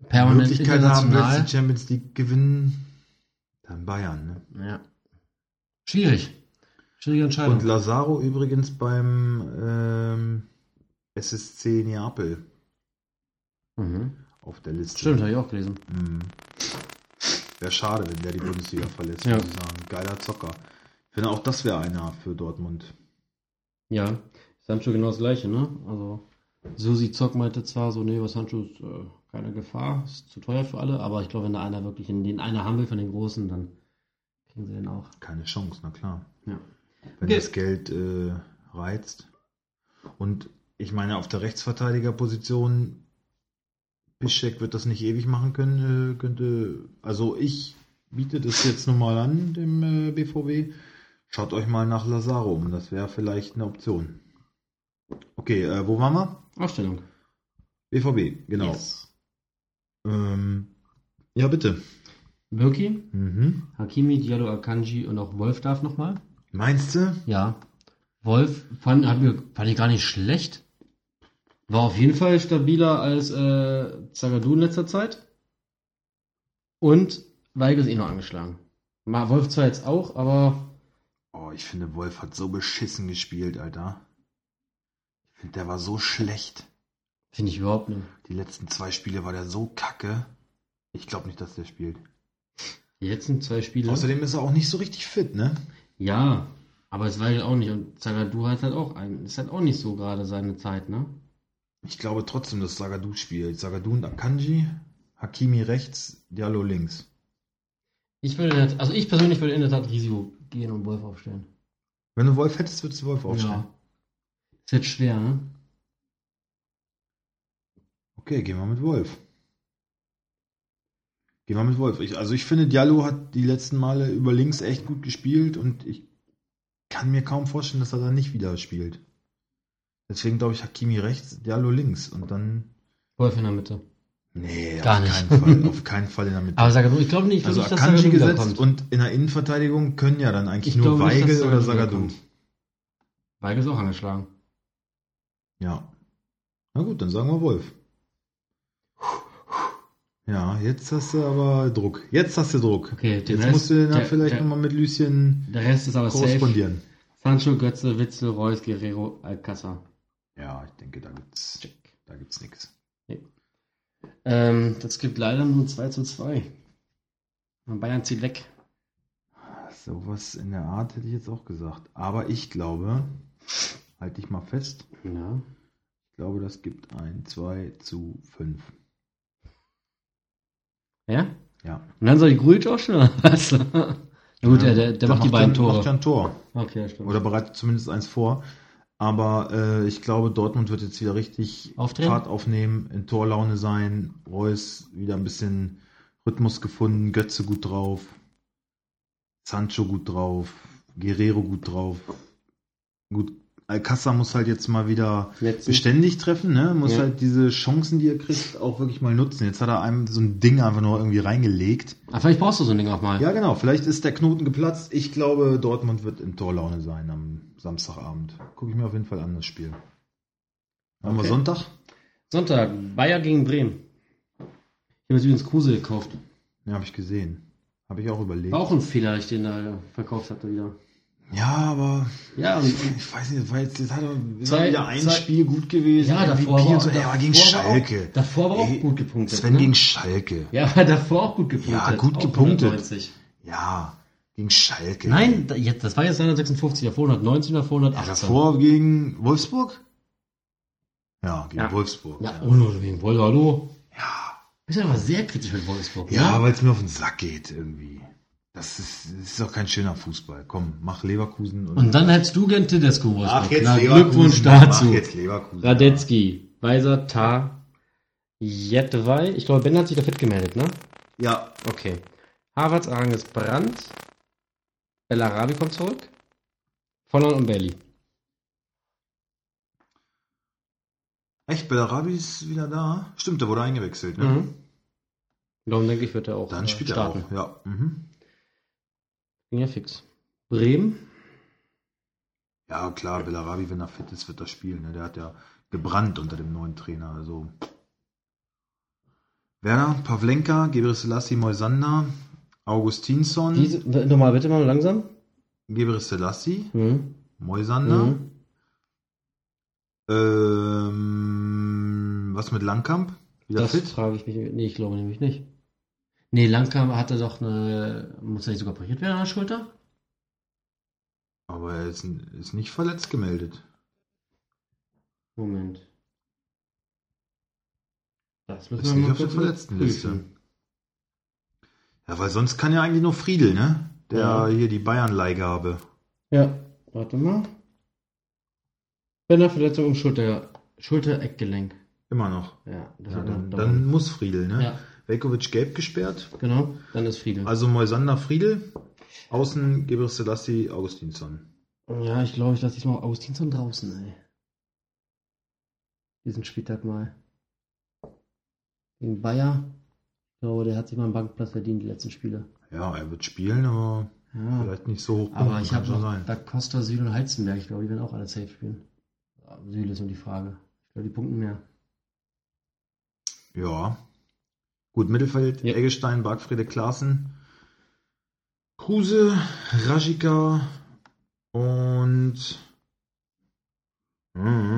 B: und
A: Permanent
B: Möglichkeit haben willst,
A: international.
B: die Champions League gewinnen, dann Bayern. Ne?
A: Ja. Schwierig. Schwierige Entscheidung.
B: Und Lazaro übrigens beim ähm, SSC Neapel
A: mhm.
B: auf der Liste.
A: Stimmt, habe ich auch gelesen.
B: Mhm. Wäre schade, wenn der die Bundesliga verlässt,
A: Ja.
B: muss ich sagen. Geiler Zocker. Ich finde auch, das wäre einer für Dortmund.
A: Ja. Sancho genau das gleiche, ne? Also Susi Zock meinte zwar so, nee, was Sancho ist äh, keine Gefahr, ist zu teuer für alle, aber ich glaube, wenn da einer wirklich in den einer haben will von den Großen, dann kriegen sie den auch.
B: Keine Chance, na klar.
A: Ja.
B: Wenn
A: Okay.
B: das Geld äh, reizt. Und ich meine, auf der Rechtsverteidigerposition, Pischek wird das nicht ewig machen können. Äh, könnte, also ich biete das jetzt nochmal an, dem äh, BVB. Schaut euch mal nach Lazaro um, das wäre vielleicht eine Option. Okay, äh, wo waren wir?
A: Aufstellung.
B: BVB, genau.
A: Yes.
B: Ähm, ja, bitte.
A: Birki,
B: Mhm.
A: Hakimi, Diallo, Akanji und auch Wolf darf nochmal.
B: Meinst du?
A: Ja. Wolf fand, hat mir, fand ich gar nicht schlecht. War auf jeden Fall stabiler als äh, Zagadou in letzter Zeit. Und Weigel ist eh noch angeschlagen. Ma- Wolf zwar jetzt auch, aber
B: Oh, ich finde, Wolf hat so beschissen gespielt, Alter. Ich finde, der war so schlecht.
A: finde ich überhaupt nicht.
B: Die letzten zwei Spiele war der so kacke. Ich glaube nicht, dass der spielt.
A: Die letzten zwei Spiele.
B: Außerdem ist er auch nicht so richtig fit, ne?
A: ja, aber es Weigel auch nicht. Und Zagadou hat halt auch einen. Ist halt auch nicht so gerade seine Zeit, ne?
B: Ich glaube trotzdem, dass Sagadu spielt. Sagadu und Akanji, Hakimi rechts, Diallo links.
A: Ich würde, in der- also ich persönlich würde in der Tat Risiko gehen und Wolf aufstellen.
B: Wenn du Wolf hättest, würdest du Wolf aufstellen.
A: Ja. Ist jetzt schwer, ne?
B: Okay, gehen wir mit Wolf. Gehen wir mit Wolf. Ich, also ich finde, Diallo hat die letzten Male über links echt gut gespielt und ich kann mir kaum vorstellen, dass er da nicht wieder spielt. Deswegen glaube ich Hakimi rechts, Diallo links und dann.
A: Wolf in der Mitte.
B: Nee,
A: Gar
B: auf
A: nicht.
B: keinen Fall. Auf keinen Fall in der Mitte.
A: Aber Sagadu, ich glaube nicht, ich glaub
B: also
A: nicht
B: Akanji
A: Zagadou
B: gesetzt
A: wiederkommt.
B: und in der Innenverteidigung können ja dann eigentlich
A: Ich
B: nur
A: glaube nicht,
B: Weigel
A: dass
B: oder
A: Zagadou
B: Sagadu.
A: wiederkommt. Weigel ist auch angeschlagen.
B: Ja. Na gut, dann sagen wir Wolf. Ja, jetzt hast du aber Druck. Jetzt hast du Druck.
A: Okay, den
B: Jetzt
A: Rest,
B: musst du dann
A: der,
B: vielleicht
A: der,
B: nochmal mit Lucien
A: der Rest ist aber safe.
B: korrespondieren.
A: Sancho, Götze, Witzel, Reus, Guerrero, Alcázar.
B: Ja, ich denke, da gibt's, da gibt's nichts.
A: Ähm, das gibt leider nur 2 zu 2. Und Bayern zieht weg.
B: Sowas in der Art hätte ich jetzt auch gesagt. Aber ich glaube, halte ich mal fest,
A: Ja.
B: ich glaube, das gibt ein 2 zu 5.
A: Ja?
B: Ja.
A: Und dann soll ich Grujic auch schon, oder was? Na gut,
B: ja,
A: der, der, der macht die beiden
B: dann, Macht ja
A: Tore.
B: ein Tor.
A: Okay, ja, stimmt.
B: Oder bereitet zumindest eins vor. Aber äh, ich glaube, Dortmund wird jetzt wieder richtig
A: Aufdrehen?
B: Fahrt aufnehmen, in Torlaune sein. Reus wieder ein bisschen Rhythmus gefunden, Götze gut drauf, Sancho gut drauf, Guerrero gut drauf. Gut, Alcázar muss halt jetzt mal wieder
A: Letzten-
B: beständig treffen, ne? muss
A: Ja.
B: halt diese Chancen, die er kriegt, auch wirklich mal nutzen. Jetzt hat er einem so ein Ding einfach nur irgendwie reingelegt.
A: Ah, vielleicht brauchst du so ein Ding auch mal.
B: Ja, genau. Vielleicht ist der Knoten geplatzt. Ich glaube, Dortmund wird in Torlaune sein am Samstagabend. Gucke ich mir auf jeden Fall an, das Spiel. Haben wir
A: Okay.
B: Sonntag?
A: Sonntag, Bayer gegen Bremen. Ich habe jetzt übrigens Kruse gekauft.
B: Ja, habe ich gesehen. Habe ich auch überlegt.
A: War auch ein Fehler, dass ich den da verkauft hatte wieder.
B: Ja, aber
A: Ja, und,
B: ich weiß nicht, das war jetzt, jetzt hat er ist
A: Zwei-
B: wieder ein
A: zwei-
B: Spiel gut gewesen.
A: ja,
B: MVP
A: davor
B: und
A: war,
B: so.
A: davor
B: Ja, gegen
A: war auch-
B: Schalke.
A: Davor war
B: Ey,
A: auch gut gepunktet.
B: Sven
A: ne?
B: gegen Schalke.
A: Ja, davor auch gut gepunktet.
B: Ja, gut
A: Auch
B: gepunktet.
A: 190.
B: Ja, gegen Schalke.
A: Nein, da- jetzt, das war jetzt 156, davor 119, davor
B: Ja,
A: 118.
B: davor gegen Wolfsburg? Ja, gegen
A: Ja.
B: Wolfsburg.
A: Ja, ohne wegen Wolf, hallo.
B: Ja,
A: Bist aber sehr kritisch mit Wolfsburg. ne?
B: ja weil es mir auf den Sack geht irgendwie. Das ist, das ist doch kein schöner Fußball. Komm, mach Leverkusen und.
A: Und dann hättest du gern Tedesco Wolfsburg.
B: Mach jetzt
A: Na,
B: Leverkusen.
A: Glückwunsch dazu.
B: Mach jetzt Leverkusen.
A: Radetzky, Weiser, Tar, Jedwei. Ich glaube, Ben hat sich da fit gemeldet, ne?
B: Ja.
A: Okay. Harvards, Aranges, Brandt. El Arabi kommt zurück. Volland und Bailey.
B: Echt, Bellarabi ist wieder da. Stimmt, der wurde eingewechselt, ne?
A: Mhm. Darum denke ich, wird er auch
B: Dann
A: äh,
B: spielt er
A: starten.
B: auch. Ja. Mhm.
A: Ging ja fix. Bremen?
B: ja, klar, Bellarabi, wenn er fit ist, wird das spielen. Ne? Der hat ja gebrannt unter dem neuen Trainer. Also. Werner, Pavlenka, Gebre-Selassie, Moisander, Augustinsson,
A: Diese, w- nochmal, bitte mal langsam.
B: Gebre-Selassie,
A: Mhm.
B: Moisander,
A: Mhm.
B: ähm, was mit Langkamp? Wieder
A: Das
B: fit?
A: frage ich mich. Nee, ich glaube nämlich nicht. Nee, Langkamp hatte doch eine. Muss er nicht sogar operiert werden an der Schulter?
B: Aber er ist, ist nicht verletzt gemeldet.
A: Moment. Das
B: Ist nicht
A: wir mal
B: auf der
A: kurz
B: Verletztenliste.
A: prüfen.
B: Ja, weil sonst kann ja eigentlich nur Friedel, ne? Der
A: Ja.
B: hier die Bayern-Leihgabe.
A: Ja, warte mal. Bänderverletzung um Schulter, Schulter-Eckgelenk.
B: Immer noch.
A: Ja, das
B: Ja,
A: wird noch
B: dann,
A: dauern.
B: dann muss Friedel, ne?
A: Ja,
B: Velkovic gelb gesperrt.
A: genau, dann ist Friede.
B: Also Moisander Friedel. Außen Gebre Selassie Augustinsson.
A: ja, ich glaube, ich lasse diesmal Augustinsson draußen, ey. Diesen Spieltag mal. Gegen Bayer. Ich glaube, der hat sich mal einen Bankplatz verdient, die letzten Spiele.
B: Ja, er wird spielen, aber
A: Ja,
B: vielleicht nicht so hoch.
A: aber
B: punkten,
A: ich
B: kann
A: habe
B: schon
A: noch da Costa, Süle und Heizenberg. Ich glaube, die werden auch alle safe spielen. Ja, Süle ist nur die Frage. Ich glaube, die punkten mehr.
B: Ja. Gut, Mittelfeld,
A: Ja.
B: Eggestein, Bargfrede, Klaassen, Kruse, Rajika und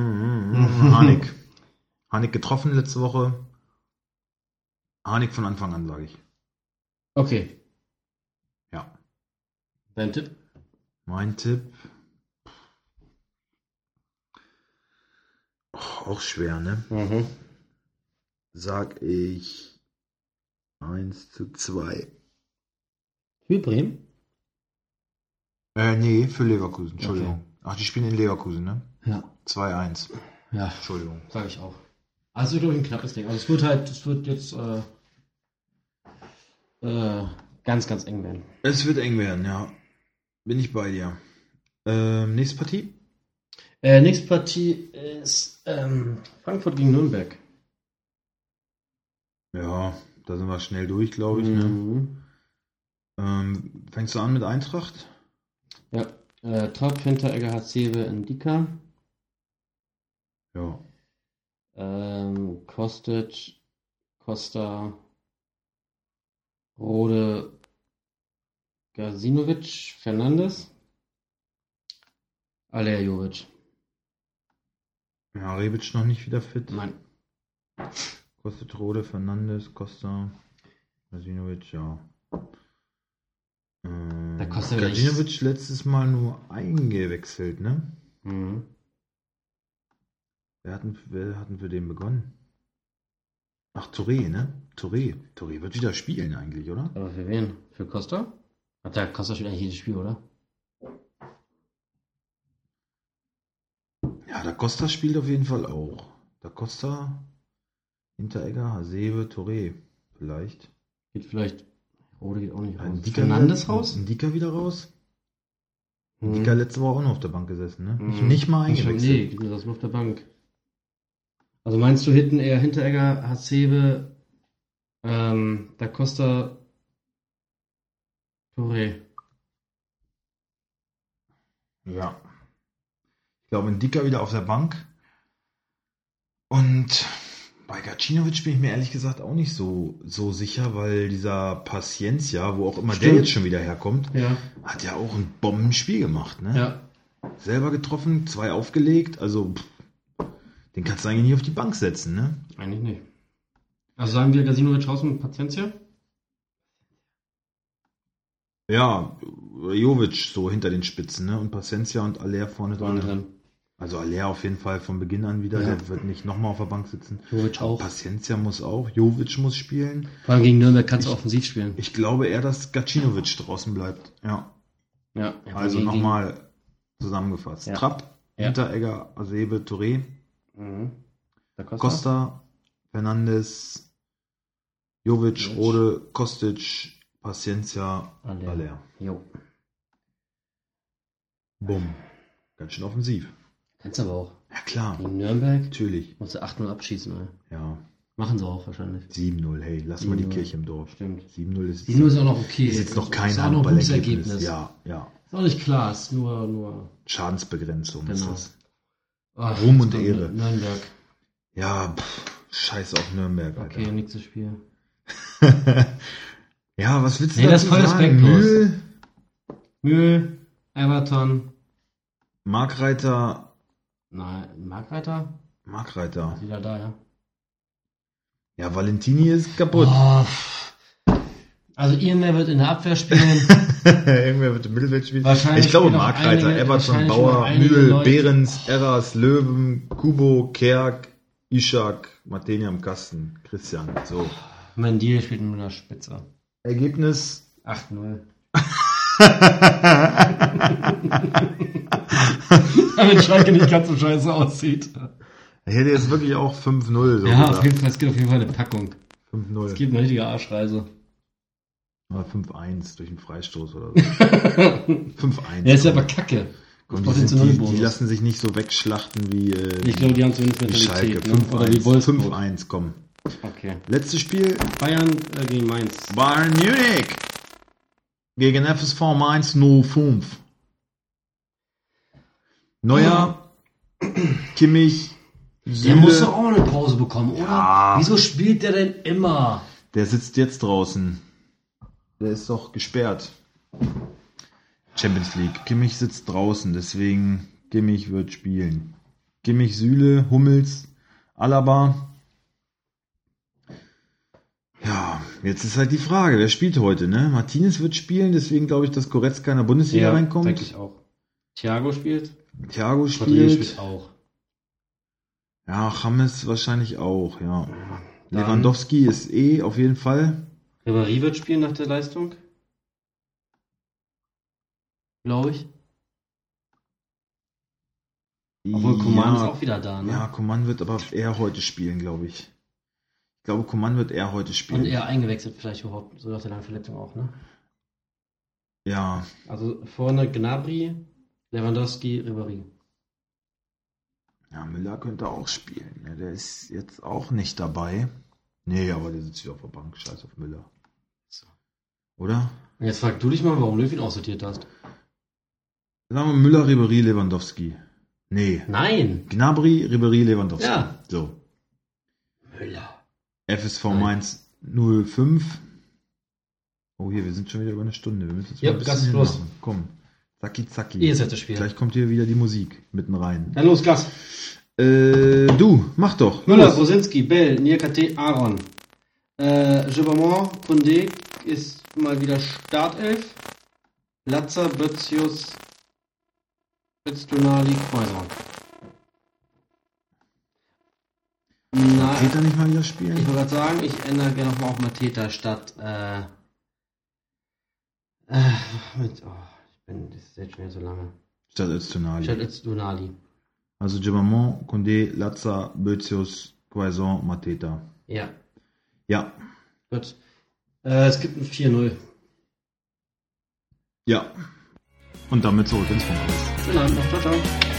B: Hanik. Hanik getroffen letzte Woche. Hanik von Anfang an, sage ich.
A: Okay.
B: Ja.
A: Dein Tipp?
B: Mein Tipp. Och, auch schwer, ne?
A: Mhm.
B: Sag ich 1 zu 2.
A: Für Bremen?
B: Äh, nee, für Leverkusen, Entschuldigung. Ach, die spielen in Leverkusen, ne?
A: Ja.
B: 2-1,
A: Ja,
B: Entschuldigung.
A: sage ich auch. Also glaube ich ein knappes Ding. Also es wird halt, es wird jetzt äh, äh, ganz, ganz eng werden.
B: Es wird eng werden, ja. Bin ich bei dir. Ähm, nächste Partie?
A: Äh, nächste Partie ist ähm, Frankfurt gegen Nürnberg.
B: Ja, da sind wir schnell durch, glaube ich. Ne?
A: Mhm.
B: Ähm, fängst du an mit Eintracht?
A: Ja. Äh, Trapp, Hinteregger, Hasebe, Indika.
B: Ja.
A: Ähm, Kostic, Costa, Rode, Gazinovic, Fernandes, Alea Jovic.
B: Ja, Rebic noch nicht wieder fit.
A: Nein.
B: Kostet Rode, Fernandes, Costa, Gazinovic, ja. Ähm,
A: Da kostet er
B: Gazinovic letztes Mal nur eingewechselt, ne?
A: Mhm.
B: Wer hatten, wer hatten wir den begonnen? Ach, Touré, ne? Touré. Touré wird wieder spielen eigentlich, oder?
A: Aber für wen? Für Costa? Hat der Costa spielt eigentlich jedes Spiel, oder?
B: Ja, da Costa spielt auf jeden Fall auch. Da Costa, Hinteregger, Hasebe, Touré. Vielleicht.
A: Geht vielleicht. Rode geht auch nicht raus.
B: Ein
A: Fernandes
B: wieder,
A: raus?
B: Ein Dicker wieder raus.
A: Mhm.
B: Dicker letzte Woche auch noch auf der Bank gesessen, ne? Nicht,
A: Mhm.
B: nicht mal
A: Nee,
B: eingewechselt.
A: die sind das nur auf der Bank. Also meinst du hinten eher Hinteregger, Hasebe, ähm, da Costa, Touré?
B: Ja. Ich glaube, ein Dicker wieder auf der Bank. Und Bei Gacinovic bin ich mir ehrlich gesagt auch nicht so, so sicher, weil dieser Paciencia, wo auch immer
A: Stimmt.
B: der jetzt schon wieder herkommt,
A: Ja,
B: hat ja auch ein Bombenspiel gemacht. Ne?
A: ja.
B: Selber getroffen, zwei aufgelegt, also pff, den kannst du eigentlich nicht auf die Bank setzen. Ne?
A: Eigentlich nicht. Also sagen wir Gasinovic raus mit Paciencia?
B: Ja, Jovic so hinter den Spitzen ne? und Paciencia und Aller vorne dran. Also Aller auf jeden Fall von Beginn an wieder,
A: Ja.
B: der wird nicht nochmal auf der Bank sitzen.
A: Jovic auch.
B: Paciencia muss auch, Jovic muss spielen.
A: Vor allem gegen Nürnberg kannst du offensiv spielen.
B: Ich glaube eher, dass Gacinovic draußen bleibt. Ja,
A: Ja,
B: also
A: gegen-
B: nochmal zusammengefasst.
A: Ja.
B: Trapp,
A: Ja.
B: Hinteregger, Asebe, Touré,
A: Mhm. Da Costa?
B: Costa, Fernandes, Jovic,
A: Jovic.
B: Rode, Kostic, Paciencia,
A: Aller.
B: Aller.
A: Jo.
B: Bumm. Ganz schön offensiv.
A: Kannst aber auch.
B: Ja klar,
A: Gegen Nürnberg
B: natürlich.
A: musst du 8-0 abschießen, ey.
B: Ja,
A: Machen sie auch wahrscheinlich.
B: 7-0, hey, lass mal die
A: 7-0.
B: Kirche im Dorf.
A: Stimmt.
B: 7-0 ist,
A: Die Null ist auch noch okay.
B: ist jetzt noch kein
A: Ist auch noch ein gutes
B: Handballergebnis.
A: Ergebnis.
B: Ja, ja.
A: Ist auch nicht klar, ist nur. nur
B: Schadensbegrenzung ist
A: Genau.
B: das.
A: Ach,
B: Ruhm und
A: Nürn-
B: Ehre.
A: Nürnberg.
B: Ja, pff, scheiß auf Nürnberg, Alter.
A: Okay, nächstes Spiel.
B: ja, was willst du
A: Nee, das
B: dazu
A: ist voll
B: sagen?
A: respektlos.
B: Mühl,
A: Mühl, Everton.
B: Markreiter,
A: Nein, Markreiter?
B: Markreiter.
A: Ist wieder da, ja.
B: Ja, Valentini ist kaputt.
A: Oh. Also, Irmer wird in der Abwehr spielen.
B: Irgendwer wird im Mittelfeld spielen.
A: Wahrscheinlich
B: Ich glaube
A: spielen noch
B: Markreiter,
A: einige-
B: Everton,
A: wahrscheinlich noch
B: Bauer,
A: einige
B: Mühl,
A: Leute-
B: Behrens, Erras, Löwen, Kubo, Kerk, Ishak, Matenia am Kasten, Christian. So.
A: Mendil spielt mit einer Spitze.
B: Ergebnis
A: 8-0. Damit Schalke nicht ganz so scheiße aussieht.
B: Ich hätte jetzt wirklich auch 5-0. So
A: Ja, auf
B: gesagt.
A: jeden Fall, es geht auf jeden Fall eine Packung.
B: 5-0.
A: Es gibt eine richtige Arschreise.
B: Oder 5-1 durch einen Freistoß oder so. 5-1.
A: Der ist ja aber kacke.
B: Komm, die, sind, die, die
A: Positionalbonus.
B: lassen sich nicht so wegschlachten wie, äh,
A: Ich glaube, die haben zumindest
B: wie Schalke.
A: Mentalität. Ne? Oder wie
B: 5-1,
A: Wolfsburg.
B: 5-1, komm.
A: Okay.
B: Letztes Spiel,
A: Bayern äh, gegen Mainz.
B: Bayern Munich gegen FSV Mainz 05. Neuer, Kimmich,
A: Der muss
B: Süle,
A: doch auch eine Pause bekommen, oder?
B: Ja.
A: Wieso spielt der denn immer?
B: der sitzt jetzt draußen. Der ist doch gesperrt. Champions League. Kimmich sitzt draußen, deswegen Kimmich wird spielen. Kimmich, Süle, Hummels, Alaba. Ja, jetzt ist halt die Frage, wer spielt heute, ne? Martinez wird spielen, deswegen glaube ich, dass Goretzka in der Bundesliga
A: denke
B: reinkommt.
A: ich auch. Thiago spielt.
B: Thiago
A: Rodriguez
B: spielt.
A: spielt auch.
B: Ja, James wahrscheinlich auch, ja.
A: Dann-
B: Lewandowski ist eh auf jeden Fall.
A: Ribéry wird spielen nach der Leistung. Glaube ich. Obwohl Coman ist auch wieder da, ne?
B: Ja, Coman wird aber eher heute spielen, glaube ich. Ich glaube, Coman wird eher heute spielen.
A: Und eher eingewechselt vielleicht überhaupt, so nach der langen Verletzung auch, ne?
B: ja,
A: Also vorne Gnabry, Lewandowski, Ribéry.
B: ja, Müller könnte auch spielen. Ja, der ist jetzt auch nicht dabei. Nee, aber der sitzt wieder auf der Bank. Scheiß auf Müller.
A: So.
B: Oder?
A: Und jetzt frag du dich mal, warum Löw ihn aussortiert hast.
B: Sagen wir Müller, Ribery, Lewandowski. Nee.
A: Nein!
B: Gnabry, Ribery, Lewandowski.
A: Ja.
B: So.
A: Müller.
B: FSV
A: Nein.
B: Mainz 05. Oh, hier, wir sind schon wieder über eine Stunde. Wir müssen jetzt
A: Ja,
B: mal ein bisschen
A: Gas ist los.
B: hinmachen. Komm. Zacki, zacki.
A: Ihr seid das Spiel.
B: Gleich kommt hier wieder die Musik mitten rein.
A: Dann los, Gas.
B: Äh, du, mach doch.
A: Müller,
B: Los.
A: Bosinski, Bell, Nierkate, Aaron. Äh, Gibbermont, Kunde ist mal wieder Startelf. Latzer, Bötzius, Betzdunali, Kreuzer. Na,
B: Geht er nicht mal wieder
A: ich
B: spielen?
A: wollte gerade sagen, ich ändere gerne nochmal auf Mateta statt. Äh, äh, mit, oh, ich bin, das ist jetzt schon wieder so lange.
B: Statt Öztunali.
A: Statt jetzt Dunali.
B: Also Djibamon, Kunde, Lazza, Bözius, Quaison, Mateta.
A: Ja,
B: Ja,
A: gut. Äh, es gibt ein 4-0.
B: ja. Und damit zurück ins Funkhaus.
A: Schönen Abend noch, ciao, ciao.